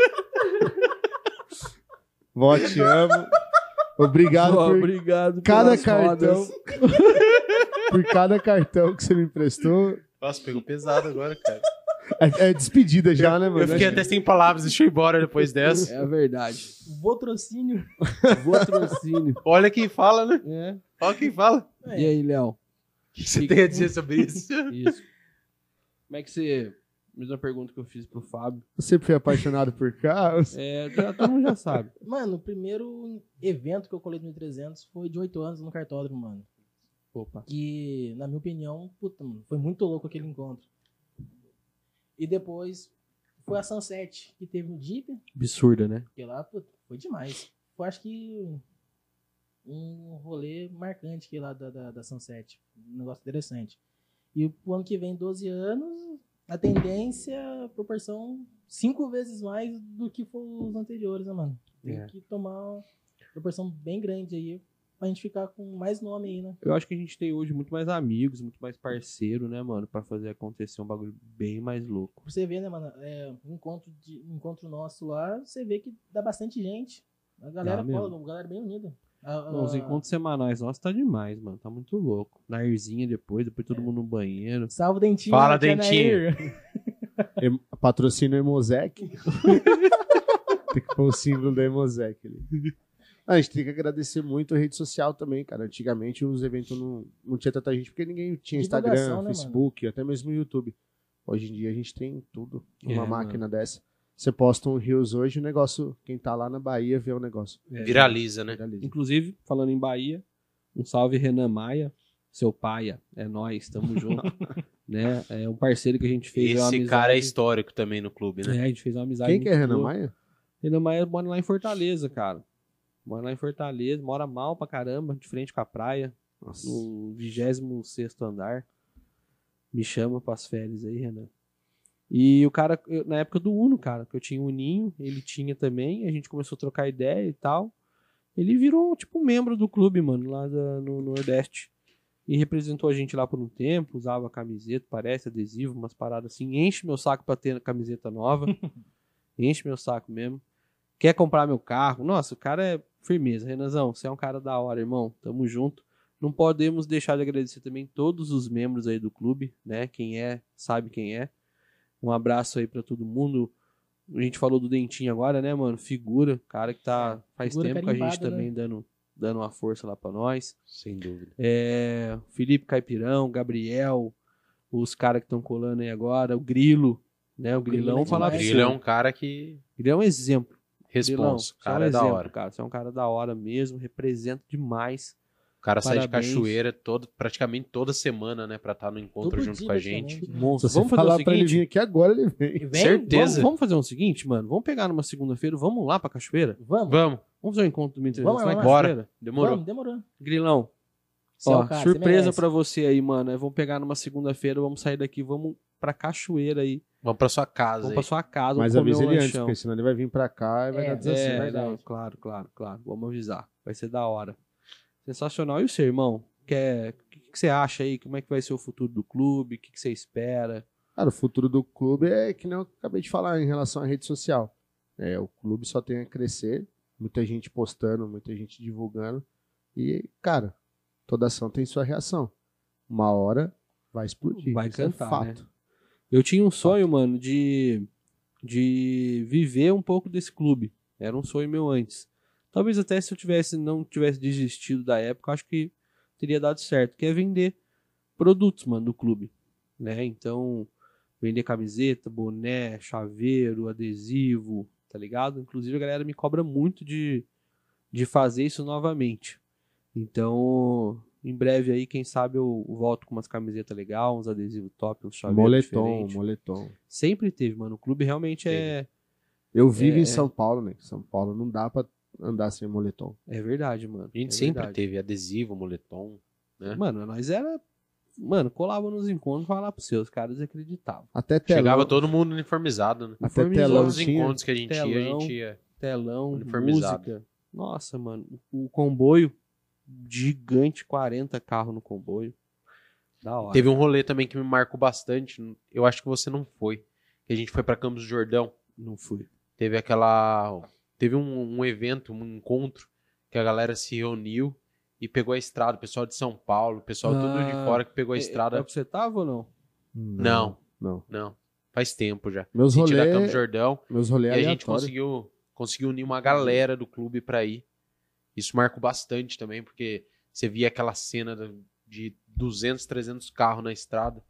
[SPEAKER 2] Vó, te amo. Obrigado
[SPEAKER 1] Vó,
[SPEAKER 2] por
[SPEAKER 1] obrigado
[SPEAKER 2] cada
[SPEAKER 1] pelas
[SPEAKER 2] cartão.
[SPEAKER 1] rodas.
[SPEAKER 2] por cada cartão que você me emprestou.
[SPEAKER 4] Nossa, pegou pesado agora, cara.
[SPEAKER 2] É, é despedida já, né, mano?
[SPEAKER 4] Eu fiquei até sem palavras, deixei embora depois dessa.
[SPEAKER 1] É a verdade.
[SPEAKER 3] Votrocínio.
[SPEAKER 1] Votrocínio.
[SPEAKER 4] Olha quem fala, né?
[SPEAKER 1] é.
[SPEAKER 4] Olha quem fala.
[SPEAKER 3] É.
[SPEAKER 1] E aí, Léo?
[SPEAKER 4] O que você tem a dizer sobre isso?
[SPEAKER 1] Isso. Como é que você. Mesma pergunta que eu fiz pro Fábio.
[SPEAKER 2] Eu sempre fui apaixonado por carros.
[SPEAKER 1] É, já- todo mundo já sabe.
[SPEAKER 3] Mano, o primeiro evento que eu colei do 1300 foi de 8 anos no cartódromo, mano.
[SPEAKER 1] Opa.
[SPEAKER 3] Que, na minha opinião, puta, mano, foi muito louco aquele encontro. E depois foi a Sunset, que teve no Jeep,
[SPEAKER 1] Absurda, né?
[SPEAKER 3] que lá puta, foi demais. Eu acho que um rolê marcante que lá da, da, da Sunset. Um negócio interessante. E pro ano que vem, 12 anos, a tendência, a proporção cinco vezes mais do que foram os anteriores, né, mano? Tem
[SPEAKER 1] É.
[SPEAKER 3] que tomar uma proporção bem grande aí pra gente ficar com mais nome aí, né?
[SPEAKER 1] Eu acho que a gente tem hoje muito mais amigos, muito mais parceiro, né, mano? Pra fazer acontecer um bagulho bem mais louco.
[SPEAKER 3] Pra você ver, né, mano? É, um encontro, de, um encontro nosso lá, você vê que dá bastante gente. A galera
[SPEAKER 1] Dá mesmo.
[SPEAKER 3] cola, a galera bem unida. A-
[SPEAKER 1] Não, os
[SPEAKER 4] Ah.
[SPEAKER 3] a-
[SPEAKER 1] encontros semanais, nossa, tá demais, mano. Tá muito louco. Na irzinha depois, depois
[SPEAKER 4] É.
[SPEAKER 1] todo mundo no banheiro.
[SPEAKER 3] Salve, Dentinho.
[SPEAKER 4] Fala,
[SPEAKER 3] Tia
[SPEAKER 4] Dentinho.
[SPEAKER 3] Nair.
[SPEAKER 2] Em- Patrocínio Emosec. tem que pôr o símbolo da Emosec ali. Ah, A gente tem que agradecer muito a rede social também, cara. Antigamente os eventos não, não tinha tanta gente, porque ninguém tinha
[SPEAKER 3] Divulgação,
[SPEAKER 2] Instagram,
[SPEAKER 3] né,
[SPEAKER 2] Facebook, até mesmo YouTube. Hoje em dia a gente tem tudo,
[SPEAKER 4] É,
[SPEAKER 2] uma máquina dessa. Você posta um Rios hoje, o negócio, quem tá lá na Bahia vê o negócio.
[SPEAKER 4] Viraliza, né?
[SPEAKER 2] Viraliza.
[SPEAKER 1] É, Inclusive, falando em Bahia, um salve Renan Maia, seu paia, é nós, tamo junto. né? É um parceiro que a gente fez.
[SPEAKER 4] Esse cara é histórico também no clube, né?
[SPEAKER 1] É, a gente fez uma amizade.
[SPEAKER 2] Quem que é
[SPEAKER 1] muito
[SPEAKER 2] Renan
[SPEAKER 1] boa.
[SPEAKER 2] Maia?
[SPEAKER 1] Renan Maia mora lá em Fortaleza, cara. Mora lá em Fortaleza, mora mal pra caramba, de frente com a praia,
[SPEAKER 2] Nossa.
[SPEAKER 1] no 26 andar. Me chama pras férias aí, Renan. E o cara, eu- na época do Uno, cara, que eu tinha o Uninho, ele tinha também, a gente começou a trocar ideia e tal. Ele virou, tipo, um membro do clube, mano, lá da- no Nordeste. E representou a gente lá por um tempo, usava camiseta, parece, adesivo, umas paradas assim. Enche meu saco pra ter camiseta nova. Enche meu saco mesmo. Quer comprar meu carro? Nossa, o cara é firmeza. Renanzão, você é um cara da hora, irmão. Tamo junto. Não podemos deixar de agradecer também todos os membros aí do clube, né? Quem é, sabe quem é. Um abraço aí pra todo mundo. A gente falou do Dentinho agora, né, mano? Figura, cara que tá faz
[SPEAKER 3] Figura
[SPEAKER 1] tempo com a gente
[SPEAKER 3] carimbada, né?
[SPEAKER 1] também dando, dando uma força lá pra nós.
[SPEAKER 4] Sem dúvida.
[SPEAKER 1] É, Felipe Caipirão, Gabriel, os caras que estão colando aí agora, o Grilo, né? O
[SPEAKER 3] Grilo é
[SPEAKER 1] Grilão
[SPEAKER 3] demais.
[SPEAKER 1] falar
[SPEAKER 4] O
[SPEAKER 1] pra
[SPEAKER 3] Mas-
[SPEAKER 4] Grilo
[SPEAKER 1] você.
[SPEAKER 4] é um cara que
[SPEAKER 1] Grilo é um exemplo. Grilão,
[SPEAKER 4] responsa.
[SPEAKER 1] você
[SPEAKER 4] O
[SPEAKER 1] é um
[SPEAKER 4] cara é da
[SPEAKER 1] exemplo,
[SPEAKER 4] hora.
[SPEAKER 1] Cara, você é um cara da hora mesmo, representa demais.
[SPEAKER 4] O cara sai de
[SPEAKER 1] Parabéns.
[SPEAKER 4] cachoeira todo, praticamente toda semana, né? Pra estar no encontro
[SPEAKER 3] Todo
[SPEAKER 4] junto
[SPEAKER 3] dia,
[SPEAKER 4] com a gente.
[SPEAKER 3] praticamente.
[SPEAKER 1] Monstro.
[SPEAKER 2] Se você
[SPEAKER 1] Vamos fazer
[SPEAKER 2] falar
[SPEAKER 1] o
[SPEAKER 2] pra ele vir
[SPEAKER 1] seguinte.
[SPEAKER 2] aqui agora, ele vem.
[SPEAKER 3] E vem,
[SPEAKER 4] Certeza.
[SPEAKER 1] Vamos, vamos fazer o seguinte, mano. Vamos pegar numa segunda-feira, vamos lá pra cachoeira.
[SPEAKER 3] Vamos, vamos,
[SPEAKER 4] Vamos,
[SPEAKER 1] Vamos fazer um encontro do 1300
[SPEAKER 3] Vamos
[SPEAKER 1] lá
[SPEAKER 3] lá,
[SPEAKER 1] em
[SPEAKER 3] vamos
[SPEAKER 4] lá.
[SPEAKER 1] cachoeira.
[SPEAKER 4] demorou.
[SPEAKER 3] Vamos, demorou.
[SPEAKER 1] Grilão,
[SPEAKER 3] Você é
[SPEAKER 1] ó,
[SPEAKER 3] o cara, você
[SPEAKER 1] surpresa
[SPEAKER 3] merece.
[SPEAKER 1] pra você aí, mano. É, Vamos pegar numa segunda-feira, vamos sair daqui, vamos pra cachoeira aí.
[SPEAKER 4] Vamos pra sua casa.
[SPEAKER 1] Vamos
[SPEAKER 4] aí.
[SPEAKER 1] pra sua casa,
[SPEAKER 2] Mas
[SPEAKER 1] vamos
[SPEAKER 2] avisa
[SPEAKER 1] comer um
[SPEAKER 2] ele antes,
[SPEAKER 1] lanchão.
[SPEAKER 2] porque senão ele vai vir pra cá e vai
[SPEAKER 3] É,
[SPEAKER 2] dar
[SPEAKER 1] É,
[SPEAKER 2] 16.
[SPEAKER 3] é
[SPEAKER 2] né?
[SPEAKER 3] verdade.
[SPEAKER 1] não, claro, claro, claro. Vamos avisar. Vai ser da hora. Sensacional. E o seu irmão? Quer- O que, que você acha aí? Como é que vai ser o futuro do clube? O que, que você espera?
[SPEAKER 2] Cara, o futuro do clube é que nem eu acabei de falar em relação à rede social. É, o clube só tem a crescer, muita gente postando, muita gente divulgando. E, cara, toda ação tem sua reação. Uma hora vai explodir.
[SPEAKER 1] Vai
[SPEAKER 2] isso é
[SPEAKER 1] cantar, né?
[SPEAKER 2] fato.
[SPEAKER 1] Eu tinha um sonho, mano, de, de viver um pouco desse clube. Era um sonho meu antes. Talvez até se eu tivesse não tivesse desistido da época, eu acho que teria dado certo. Que é vender produtos, mano, do clube. Né? Então, vender camiseta, boné, chaveiro, adesivo, tá ligado? Inclusive a galera me cobra muito de, de fazer isso novamente. Então, em breve aí, quem sabe eu volto com umas camisetas legal, uns adesivos top, uns chaveiros
[SPEAKER 2] moletom,
[SPEAKER 1] diferentes.
[SPEAKER 2] moletom.
[SPEAKER 1] Sempre teve, mano. O clube realmente é.
[SPEAKER 2] Eu vivo em São Paulo, né? São Paulo não dá pra andar sem moletom.
[SPEAKER 1] É verdade, mano.
[SPEAKER 4] A gente
[SPEAKER 1] é
[SPEAKER 4] sempre
[SPEAKER 1] verdade.
[SPEAKER 4] teve adesivo, moletom. né?
[SPEAKER 1] Mano, nós era. Mano, colava nos encontros e falava pros seus caras desacreditavam.
[SPEAKER 2] Até telão,
[SPEAKER 4] Chegava todo mundo uniformizado, né?
[SPEAKER 2] até
[SPEAKER 1] uniformizado.
[SPEAKER 2] telão
[SPEAKER 4] Todos os
[SPEAKER 2] tinha.
[SPEAKER 4] encontros que a gente ia, a
[SPEAKER 1] telão.
[SPEAKER 4] gente ia.
[SPEAKER 1] Telão,
[SPEAKER 4] Uniformizado.
[SPEAKER 1] música. Nossa, mano. O o comboio, gigante, 40 carros no comboio. Da hora.
[SPEAKER 4] Teve um rolê também que me marcou bastante. Eu acho que você não foi. Que a gente foi pra Campos do Jordão.
[SPEAKER 1] Não fui.
[SPEAKER 4] Teve aquela. Teve um, um evento, um encontro, que a galera se reuniu e pegou a estrada. O pessoal de São Paulo, o pessoal tudo de
[SPEAKER 1] Ah,
[SPEAKER 4] fora que pegou a
[SPEAKER 1] É- É,
[SPEAKER 4] estrada.
[SPEAKER 1] que você tava ou não?
[SPEAKER 4] Não.
[SPEAKER 2] Não.
[SPEAKER 4] Não, faz tempo já.
[SPEAKER 2] Meus
[SPEAKER 4] Se tirar Campo do
[SPEAKER 2] rolês
[SPEAKER 4] Jordão.
[SPEAKER 2] meus
[SPEAKER 4] E
[SPEAKER 1] é
[SPEAKER 2] rolê
[SPEAKER 4] a gente
[SPEAKER 2] aleatórios.
[SPEAKER 4] conseguiu, conseguiu unir uma galera do clube pra ir. Isso marcou bastante também, porque você via aquela cena do- de 200, 300 carros na estrada.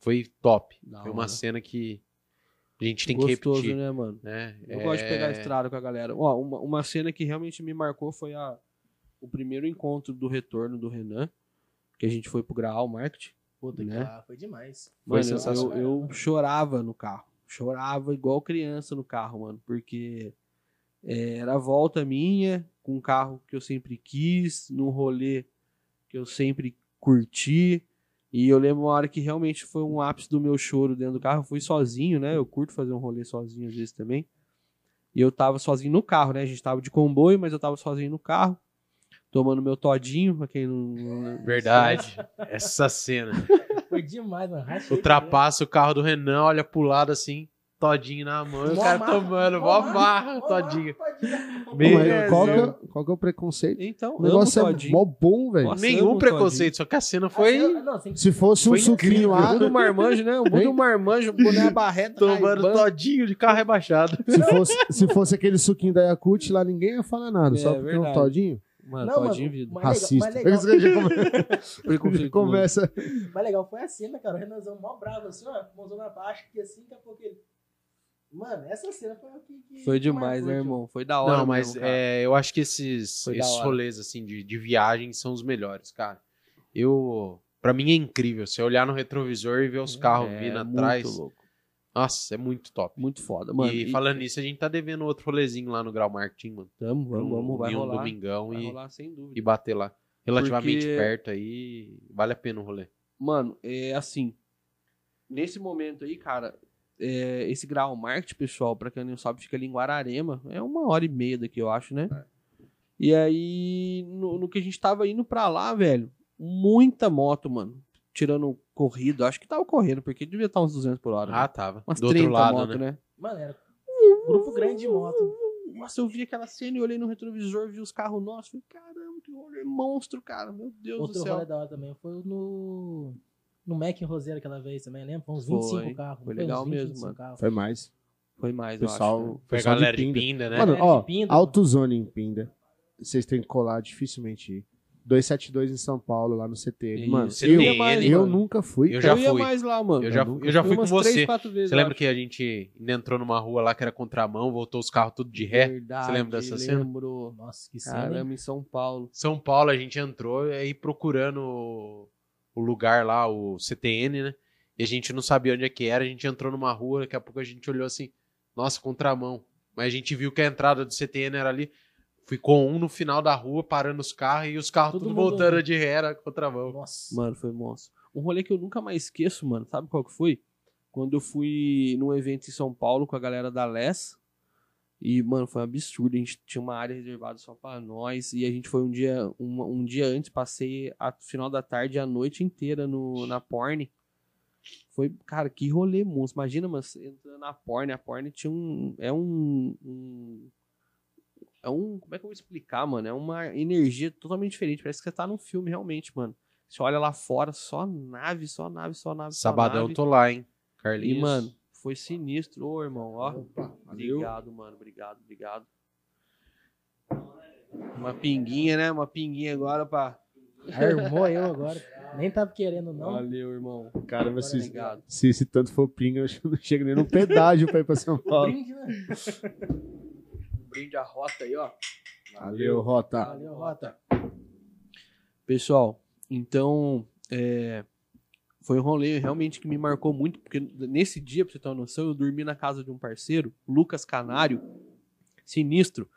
[SPEAKER 4] Foi top.
[SPEAKER 1] Da
[SPEAKER 4] Foi uma
[SPEAKER 1] hora.
[SPEAKER 4] cena que a gente tem que
[SPEAKER 1] Gostoso,
[SPEAKER 4] repetir.
[SPEAKER 1] né, mano?
[SPEAKER 4] Né?
[SPEAKER 1] Eu
[SPEAKER 4] É,
[SPEAKER 1] gosto de pegar a estrada com a galera. Ó, uma, uma cena que realmente me marcou foi a, o primeiro encontro do retorno do Renan, que a gente foi pro Graal Market.
[SPEAKER 3] Puta que
[SPEAKER 1] né?
[SPEAKER 3] lá, Ah, foi demais.
[SPEAKER 4] Foi
[SPEAKER 1] Mano, eu-
[SPEAKER 4] sensacional.
[SPEAKER 1] Eu, eu chorava no carro. Chorava igual criança no carro, mano. Porque é, era a volta minha, com um carro que eu sempre quis, num rolê que eu sempre curti. E eu lembro uma hora que realmente foi um ápice do meu choro dentro do carro. Eu fui sozinho, né? Eu curto fazer um rolê sozinho às vezes também. E eu tava sozinho no carro, né? A gente tava de comboio, mas eu tava sozinho no carro, tomando meu todinho, pra quem não- não
[SPEAKER 4] Verdade. Essa cena.
[SPEAKER 3] Foi demais, mano. Rachei né?
[SPEAKER 4] Ultrapassa o carro do Renan, olha pro lado assim, todinho na mão. e o
[SPEAKER 3] Mó
[SPEAKER 4] cara
[SPEAKER 3] marra,
[SPEAKER 4] tomando,
[SPEAKER 3] mó
[SPEAKER 4] mó
[SPEAKER 3] marra,
[SPEAKER 4] marra,
[SPEAKER 3] o dedo. Todinho.
[SPEAKER 4] todinho.
[SPEAKER 2] Pô, mas
[SPEAKER 4] Beleza.
[SPEAKER 2] qual, que é, qual que é o preconceito?
[SPEAKER 1] Então,
[SPEAKER 2] O
[SPEAKER 1] negócio
[SPEAKER 2] negócio
[SPEAKER 1] amo
[SPEAKER 2] é
[SPEAKER 1] todinho.
[SPEAKER 2] mó bom, velho.
[SPEAKER 1] Nossa, eu
[SPEAKER 4] Nenhum
[SPEAKER 1] amo
[SPEAKER 4] preconceito, só que a cena
[SPEAKER 3] Ah,
[SPEAKER 4] foi
[SPEAKER 3] eu- Não, sem
[SPEAKER 2] Se fosse um
[SPEAKER 4] Foi
[SPEAKER 2] suquinho
[SPEAKER 4] incrível.
[SPEAKER 2] lá,
[SPEAKER 1] Muda o marmanjo, né? Muda
[SPEAKER 2] Hein?
[SPEAKER 1] o marmanjo, boné a barreta,
[SPEAKER 4] tomando
[SPEAKER 1] Ray-Ban.
[SPEAKER 4] todinho de carro rebaixado.
[SPEAKER 2] se fosse, se fosse aquele suquinho da Yakut lá, ninguém ia falar nada.
[SPEAKER 1] É,
[SPEAKER 2] só porque é um
[SPEAKER 1] verdade.
[SPEAKER 2] todinho.
[SPEAKER 1] Mano,
[SPEAKER 3] Não,
[SPEAKER 1] todinho
[SPEAKER 3] mas-
[SPEAKER 1] vida.
[SPEAKER 3] mas-
[SPEAKER 2] Racista.
[SPEAKER 3] legal.
[SPEAKER 2] Isso que a gente come-
[SPEAKER 1] Preconceito.
[SPEAKER 2] a gente conversa.
[SPEAKER 3] Mas legal, foi a cena, cara. O Renanzão mó bravo, assim, ó, mãozão na baixa, que assim, daqui a pouco ele. Mano, essa cena foi o que. que
[SPEAKER 1] Foi
[SPEAKER 3] que
[SPEAKER 1] demais,
[SPEAKER 3] marcou,
[SPEAKER 1] né,
[SPEAKER 3] tio.
[SPEAKER 1] irmão? Foi da hora.
[SPEAKER 4] Não, mas
[SPEAKER 1] mesmo, cara.
[SPEAKER 4] é, eu acho que esses,
[SPEAKER 1] Foi da
[SPEAKER 4] esses
[SPEAKER 1] hora.
[SPEAKER 4] rolês assim de, de viagem são os melhores, cara. Eu, para mim é incrível você olhar no retrovisor e ver os carros
[SPEAKER 1] É,
[SPEAKER 4] vindo
[SPEAKER 1] muito
[SPEAKER 4] atrás.
[SPEAKER 1] louco.
[SPEAKER 4] Nossa, é muito top.
[SPEAKER 1] Muito foda, mano.
[SPEAKER 4] e falando nisso, a gente tá devendo outro rolezinho lá no Grau Marketing, mano.
[SPEAKER 1] Tamo, vamos, vamos, vai
[SPEAKER 4] Em um
[SPEAKER 1] rolar.
[SPEAKER 4] domingão
[SPEAKER 1] vai
[SPEAKER 4] e,
[SPEAKER 1] rolar sem dúvida.
[SPEAKER 4] e bater lá. Relativamente
[SPEAKER 1] Porque-
[SPEAKER 4] perto aí, vale a pena o rolê.
[SPEAKER 1] Mano, é assim. Nesse momento aí, cara, é, esse grau market, pessoal, pra quem não sabe, fica ali em Guararema. É uma hora e meia daqui, eu acho, né?
[SPEAKER 4] É.
[SPEAKER 1] E aí, no, no que a gente tava indo pra lá, velho, muita moto, mano. Tirando corrido, acho que tava correndo, porque devia estar uns 200 por hora.
[SPEAKER 4] Ah,
[SPEAKER 1] né?
[SPEAKER 4] tava.
[SPEAKER 1] Umas
[SPEAKER 4] Do outro lado,
[SPEAKER 1] moto,
[SPEAKER 4] né?
[SPEAKER 1] né?
[SPEAKER 3] Mano, era grupo grande de moto.
[SPEAKER 1] Nossa, eu vi aquela cena e olhei no retrovisor, vi os carros nossos. Falei, caramba, que rolê monstro, cara. Meu Deus
[SPEAKER 3] Outro
[SPEAKER 1] do céu.
[SPEAKER 3] rolê da hora também foi no. No Mac em Roseira aquela vez também, lembra? Foi uns
[SPEAKER 1] Foi,
[SPEAKER 3] 25 carros. não
[SPEAKER 1] foi
[SPEAKER 3] uns
[SPEAKER 1] legal
[SPEAKER 3] 20,
[SPEAKER 1] mesmo,
[SPEAKER 3] 25
[SPEAKER 1] mano.
[SPEAKER 3] carros.
[SPEAKER 2] Foi mais.
[SPEAKER 1] Foi mais, eu
[SPEAKER 2] Pessoal,
[SPEAKER 1] acho. né?
[SPEAKER 4] Foi a
[SPEAKER 2] pessoal
[SPEAKER 4] galera
[SPEAKER 2] de
[SPEAKER 4] de
[SPEAKER 2] Pinda.
[SPEAKER 4] Pinda, né?
[SPEAKER 2] Mano,
[SPEAKER 3] Galera
[SPEAKER 2] ó,
[SPEAKER 3] de Pinda,
[SPEAKER 2] AutoZone em Pinda. Vocês têm que colar dificilmente. 272 em São Paulo, lá no CTN.
[SPEAKER 1] Isso.
[SPEAKER 2] Mano,
[SPEAKER 1] Eu ia
[SPEAKER 4] CTN,
[SPEAKER 1] mais,
[SPEAKER 2] eu, eu
[SPEAKER 1] mano.
[SPEAKER 2] nunca fui.
[SPEAKER 4] Eu já
[SPEAKER 1] eu ia
[SPEAKER 4] fui.
[SPEAKER 1] mais lá, mano.
[SPEAKER 4] Eu já-
[SPEAKER 1] nunca
[SPEAKER 4] eu já fui
[SPEAKER 1] umas
[SPEAKER 4] com
[SPEAKER 1] três,
[SPEAKER 4] você.
[SPEAKER 1] quatro vezes,
[SPEAKER 4] Você
[SPEAKER 1] eu
[SPEAKER 4] lembra
[SPEAKER 1] acho.
[SPEAKER 4] que a gente ainda entrou numa rua lá que era contramão, voltou os carros tudo de ré?
[SPEAKER 1] Verdade,
[SPEAKER 4] Você lembra dessa cena?
[SPEAKER 1] Lembro.
[SPEAKER 3] Nossa, que cena. hein?
[SPEAKER 1] Caramba, em São Paulo.
[SPEAKER 4] São Paulo a gente entrou é, e aí procurando o- o lugar lá, o CTN, né? E a gente não sabia onde é que era, a gente entrou numa rua, daqui a pouco a gente olhou assim, nossa, contramão. Mas a gente viu que a entrada do CTN era ali, ficou um no final da rua parando os carros e os carros
[SPEAKER 3] Todo
[SPEAKER 4] tudo
[SPEAKER 3] mundo
[SPEAKER 4] voltando
[SPEAKER 3] andando.
[SPEAKER 4] de ré, era contramão.
[SPEAKER 3] Nossa.
[SPEAKER 1] Mano, foi monstro. Um rolê que eu nunca mais esqueço, mano. Sabe qual que foi? Quando eu fui num evento em São Paulo com a galera da Les. E, mano, foi um absurdo. A gente tinha uma área reservada só pra nós. E a gente foi um dia, um, um dia antes, passei a final da tarde e a noite inteira no, na porn. Foi, cara, que rolê monstro. Imagina, mano, você entrando na porn. A porn tinha um. É um. um- é um. Como é que eu vou explicar, mano? É uma energia totalmente diferente. Parece que você tá num filme, realmente, mano. Você olha lá fora, só nave, só nave, só nave. só
[SPEAKER 4] Sabadão
[SPEAKER 1] nave.
[SPEAKER 4] tô lá, hein? Carlinhos.
[SPEAKER 1] E, mano, foi sinistro, ô irmão, ó.
[SPEAKER 2] Opa, valeu.
[SPEAKER 1] Obrigado, mano. Obrigado, obrigado. Uma pinguinha, né? Uma pinguinha agora pra.
[SPEAKER 3] Armou eu agora. Nem tava querendo, não.
[SPEAKER 1] Valeu, irmão.
[SPEAKER 2] Caramba, se,
[SPEAKER 1] Obrigado.
[SPEAKER 2] se esse tanto for pinga, eu acho que eu não chego nem no pedágio pra ir pra São Paulo.
[SPEAKER 3] Brinde, né?
[SPEAKER 1] Um brinde à rota aí, ó.
[SPEAKER 2] Valeu, Rota.
[SPEAKER 3] Valeu, Rota.
[SPEAKER 1] Pessoal, então é, foi um rolê realmente que me marcou muito, porque nesse dia, pra você ter uma noção, eu dormi na casa de um parceiro, Lucas Canário, sinistro.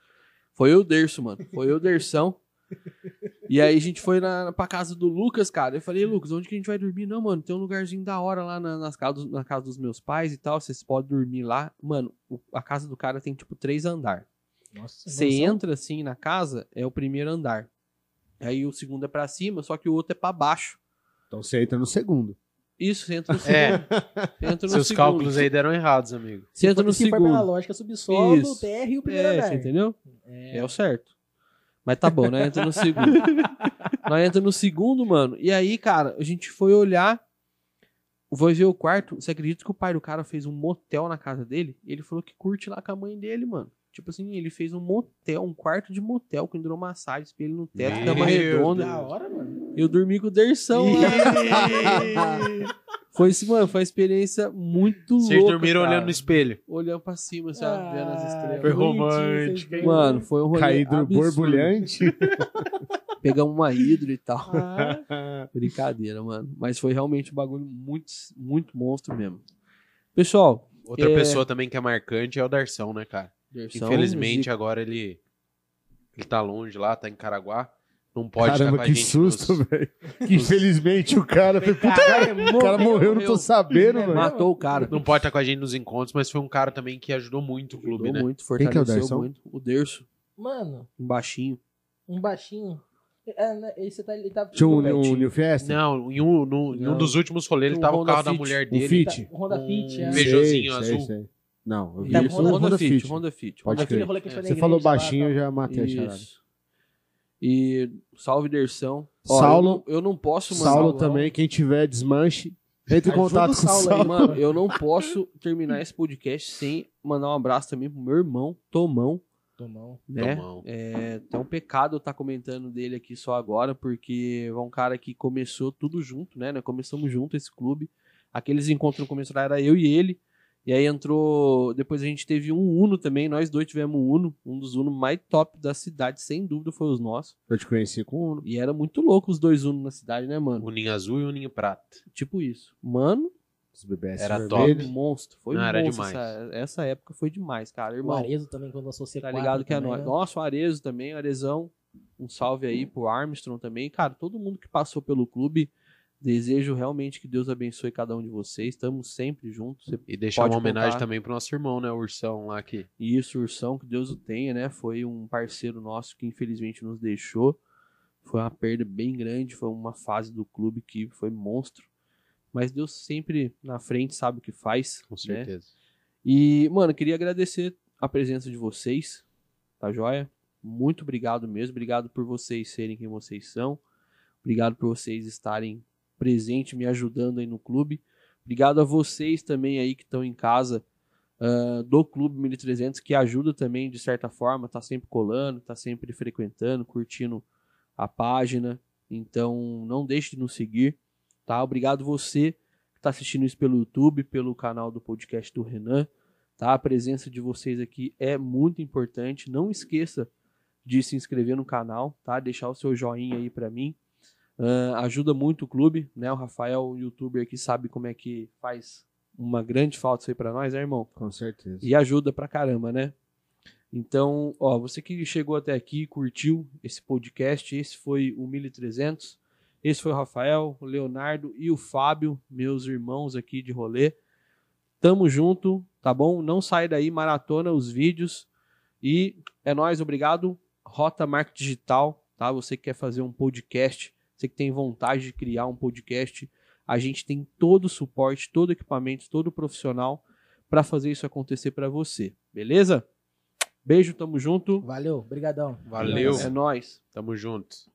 [SPEAKER 1] Foi eu, Derso, mano. Foi eu, Dersão. E aí a gente foi na, pra casa do Lucas, cara. Eu falei, Lucas, onde que a gente vai dormir? Não, mano, tem um lugarzinho da hora lá na, nas casas, na casa dos meus pais e tal. Vocês podem dormir lá. Mano, o- a casa do cara tem tipo três andares.
[SPEAKER 3] Nossa,
[SPEAKER 1] Você
[SPEAKER 3] noção.
[SPEAKER 1] entra assim na casa, é o primeiro andar. Aí o segundo é pra cima, só que o outro é pra baixo.
[SPEAKER 2] Então você entra no segundo.
[SPEAKER 1] Isso, você entra no segundo.
[SPEAKER 4] É,
[SPEAKER 1] Você entra no
[SPEAKER 4] seus
[SPEAKER 1] segundo.
[SPEAKER 4] cálculos aí deram errados, amigo.
[SPEAKER 1] Você entra no
[SPEAKER 3] Se for pela
[SPEAKER 1] segundo.
[SPEAKER 3] lógica, subsolo,
[SPEAKER 1] Isso.
[SPEAKER 3] o TR e o primeiro
[SPEAKER 1] É,
[SPEAKER 3] andar.
[SPEAKER 1] você entendeu? É. o certo. Mas tá bom, nós entra no segundo. nós entra no segundo, mano. E aí, cara, a gente foi olhar. Foi ver o quarto. Você acredita que o pai do cara fez um motel na casa dele? Ele falou que curte lá com a mãe dele, mano. Tipo assim, ele fez um motel, um quarto de motel com hidromassagem, espelho no teto,
[SPEAKER 4] Meu
[SPEAKER 1] cama redonda.
[SPEAKER 4] Deus.
[SPEAKER 3] Da hora, mano.
[SPEAKER 1] Eu dormi com o Dersão lá. Foi isso, mano. Foi uma experiência muito louca.
[SPEAKER 4] Vocês dormiram
[SPEAKER 1] cara.
[SPEAKER 4] olhando no espelho.
[SPEAKER 1] Olhando pra cima, assim, ó, vendo as
[SPEAKER 3] Ah,
[SPEAKER 1] estrelas.
[SPEAKER 4] Foi
[SPEAKER 3] bonitinho,
[SPEAKER 4] romântico,
[SPEAKER 3] vocês
[SPEAKER 1] Mano, foi um rolê
[SPEAKER 2] Caído
[SPEAKER 1] absurdo.
[SPEAKER 2] borbulhante.
[SPEAKER 1] Pegamos uma hidro e tal.
[SPEAKER 3] Ah,
[SPEAKER 1] Brincadeira, mano. Mas foi realmente um bagulho muito, muito monstro mesmo. Pessoal,
[SPEAKER 4] Outra
[SPEAKER 1] É. um
[SPEAKER 4] pessoa também que é marcante é o Darção, né, cara?
[SPEAKER 1] Dersão,
[SPEAKER 4] Infelizmente,
[SPEAKER 1] Zico.
[SPEAKER 4] agora ele, ele tá longe lá, tá em Caraguá. Não pode
[SPEAKER 2] Caramba,
[SPEAKER 4] estar com a
[SPEAKER 2] que
[SPEAKER 4] gente
[SPEAKER 2] susto,
[SPEAKER 4] nos-
[SPEAKER 2] velho. Que infelizmente o cara foi. Puta, né? o cara morreu, não tô sabendo,
[SPEAKER 3] Morreu.
[SPEAKER 2] mano.
[SPEAKER 1] matou o cara.
[SPEAKER 4] Não pode estar com a gente nos encontros, mas foi um cara também que ajudou muito o clube,
[SPEAKER 1] Ajudou
[SPEAKER 4] né?
[SPEAKER 1] muito,
[SPEAKER 2] que é o
[SPEAKER 1] fortaleceu
[SPEAKER 2] Dersão?
[SPEAKER 1] muito. O Derso,
[SPEAKER 3] Mano,
[SPEAKER 1] um baixinho.
[SPEAKER 3] um baixinho. É, né, esse tá, ele tá,
[SPEAKER 2] Tinha um,
[SPEAKER 3] ele tá-
[SPEAKER 2] um New Fiesta?
[SPEAKER 4] Não, em um, no- em um
[SPEAKER 1] É, Não.
[SPEAKER 4] dos últimos rolês ele
[SPEAKER 1] Um
[SPEAKER 4] tava com o
[SPEAKER 1] Honda
[SPEAKER 4] carro da
[SPEAKER 1] Fit.
[SPEAKER 4] mulher
[SPEAKER 2] Um
[SPEAKER 4] dele.
[SPEAKER 2] Fit?
[SPEAKER 3] tá- um Honda Fit,
[SPEAKER 4] Um
[SPEAKER 3] é.
[SPEAKER 4] Vejo- Beijãozinho azul.
[SPEAKER 2] Não, eu vi
[SPEAKER 3] Tá
[SPEAKER 2] isso.
[SPEAKER 1] Isso,
[SPEAKER 3] Honda
[SPEAKER 1] Honda
[SPEAKER 2] Fit.
[SPEAKER 1] Fit, Honda Fit.
[SPEAKER 2] Pode
[SPEAKER 1] Honda
[SPEAKER 3] Aquele
[SPEAKER 2] crer.
[SPEAKER 3] rolê que a gente tá? foi na
[SPEAKER 2] Você falou
[SPEAKER 3] igreja lá,
[SPEAKER 2] baixinho, eu já matei a charada.
[SPEAKER 1] Isso. E salve Dersão. Ó,
[SPEAKER 2] Saulo-
[SPEAKER 1] Eu não, eu não posso mandar.
[SPEAKER 2] Saulo
[SPEAKER 1] um-
[SPEAKER 2] também, quem tiver desmanche, entre
[SPEAKER 3] Ajuda
[SPEAKER 2] em contato
[SPEAKER 3] o
[SPEAKER 2] com o
[SPEAKER 3] Saulo aí,
[SPEAKER 2] Saulo.
[SPEAKER 1] Mano, eu não posso terminar esse podcast sem mandar um abraço também pro meu irmão, Tomão.
[SPEAKER 3] Tomão.
[SPEAKER 1] né?
[SPEAKER 4] Tomão.
[SPEAKER 1] É até um pecado eu estar comentando dele aqui só agora, porque é um cara que começou tudo junto, né? Nós começamos junto esse clube. Aqueles encontros no começo lá era eu e ele. E aí entrou. Depois a gente teve um Uno também. Nós dois tivemos um Uno. Um dos Uno mais top da cidade, sem dúvida, foi os nossos.
[SPEAKER 2] Eu te conheci com um o Uno.
[SPEAKER 1] E era muito louco os dois Uno na cidade, né, mano?
[SPEAKER 4] O um ninho azul e o ninho prata.
[SPEAKER 1] Tipo isso. Mano,
[SPEAKER 2] Os BBS
[SPEAKER 4] Era
[SPEAKER 1] foi
[SPEAKER 2] vermelho.
[SPEAKER 1] um monstro. Foi um
[SPEAKER 4] Não, era
[SPEAKER 1] monstro.
[SPEAKER 4] demais.
[SPEAKER 1] Essa, essa época foi demais, cara.
[SPEAKER 3] O
[SPEAKER 1] Irmão,
[SPEAKER 3] Arezo também, quando lançou C4.
[SPEAKER 1] Tá ligado que é
[SPEAKER 3] também,
[SPEAKER 1] nóis.
[SPEAKER 3] né?
[SPEAKER 1] Nossa, o Arezo também, o Arezão. Um salve aí pro Armstrong também. Cara, todo mundo que passou pelo clube, desejo realmente que Deus abençoe cada um de vocês. Estamos sempre juntos. Você-
[SPEAKER 4] E deixar
[SPEAKER 1] Pode
[SPEAKER 4] uma homenagem
[SPEAKER 1] contar.
[SPEAKER 4] também pro nosso irmão, né? O ursão lá que
[SPEAKER 1] E isso, Ursão, que Deus o tenha, né? Foi um parceiro nosso que infelizmente nos deixou. Foi uma perda bem grande, foi uma fase do clube que foi monstro. Mas Deus sempre na frente sabe o que faz.
[SPEAKER 4] Com
[SPEAKER 1] né?
[SPEAKER 4] certeza.
[SPEAKER 1] E, mano, queria agradecer a presença de vocês, tá joia? Muito obrigado mesmo, obrigado por vocês serem quem vocês são, obrigado por vocês estarem presente, me ajudando aí no clube. Obrigado a vocês também aí que estão em casa ah, do Clube 1300, que ajuda também de certa forma, tá sempre colando, tá sempre frequentando, curtindo a página. Então, não deixe de nos seguir, tá? Obrigado você que tá assistindo isso pelo YouTube, pelo canal do podcast do Renan tá? A presença de vocês aqui é muito importante. Não esqueça de se inscrever no canal, tá? Deixar o seu joinha aí pra mim. Ah, ajuda muito o clube, né? O Rafael, o youtuber aqui, sabe como é que faz uma grande falta isso aí pra nós, né, irmão?
[SPEAKER 2] Com certeza.
[SPEAKER 1] E ajuda pra caramba, né? Então, ó, você que chegou até aqui, curtiu esse podcast, esse foi o 1300, esse foi o Rafael, o Leonardo e o Fábio, meus irmãos aqui de rolê. Tamo junto, tá bom? Não sai daí, maratona os vídeos. E é nóis, obrigado. Rota Market Digital, tá? Você que quer fazer um podcast, você que tem vontade de criar um podcast, a gente tem todo o suporte, todo o equipamento, todo o profissional para fazer isso acontecer para você, beleza? Beijo, tamo junto.
[SPEAKER 3] Valeu, brigadão.
[SPEAKER 4] Valeu.
[SPEAKER 1] É nóis.
[SPEAKER 4] Tamo junto.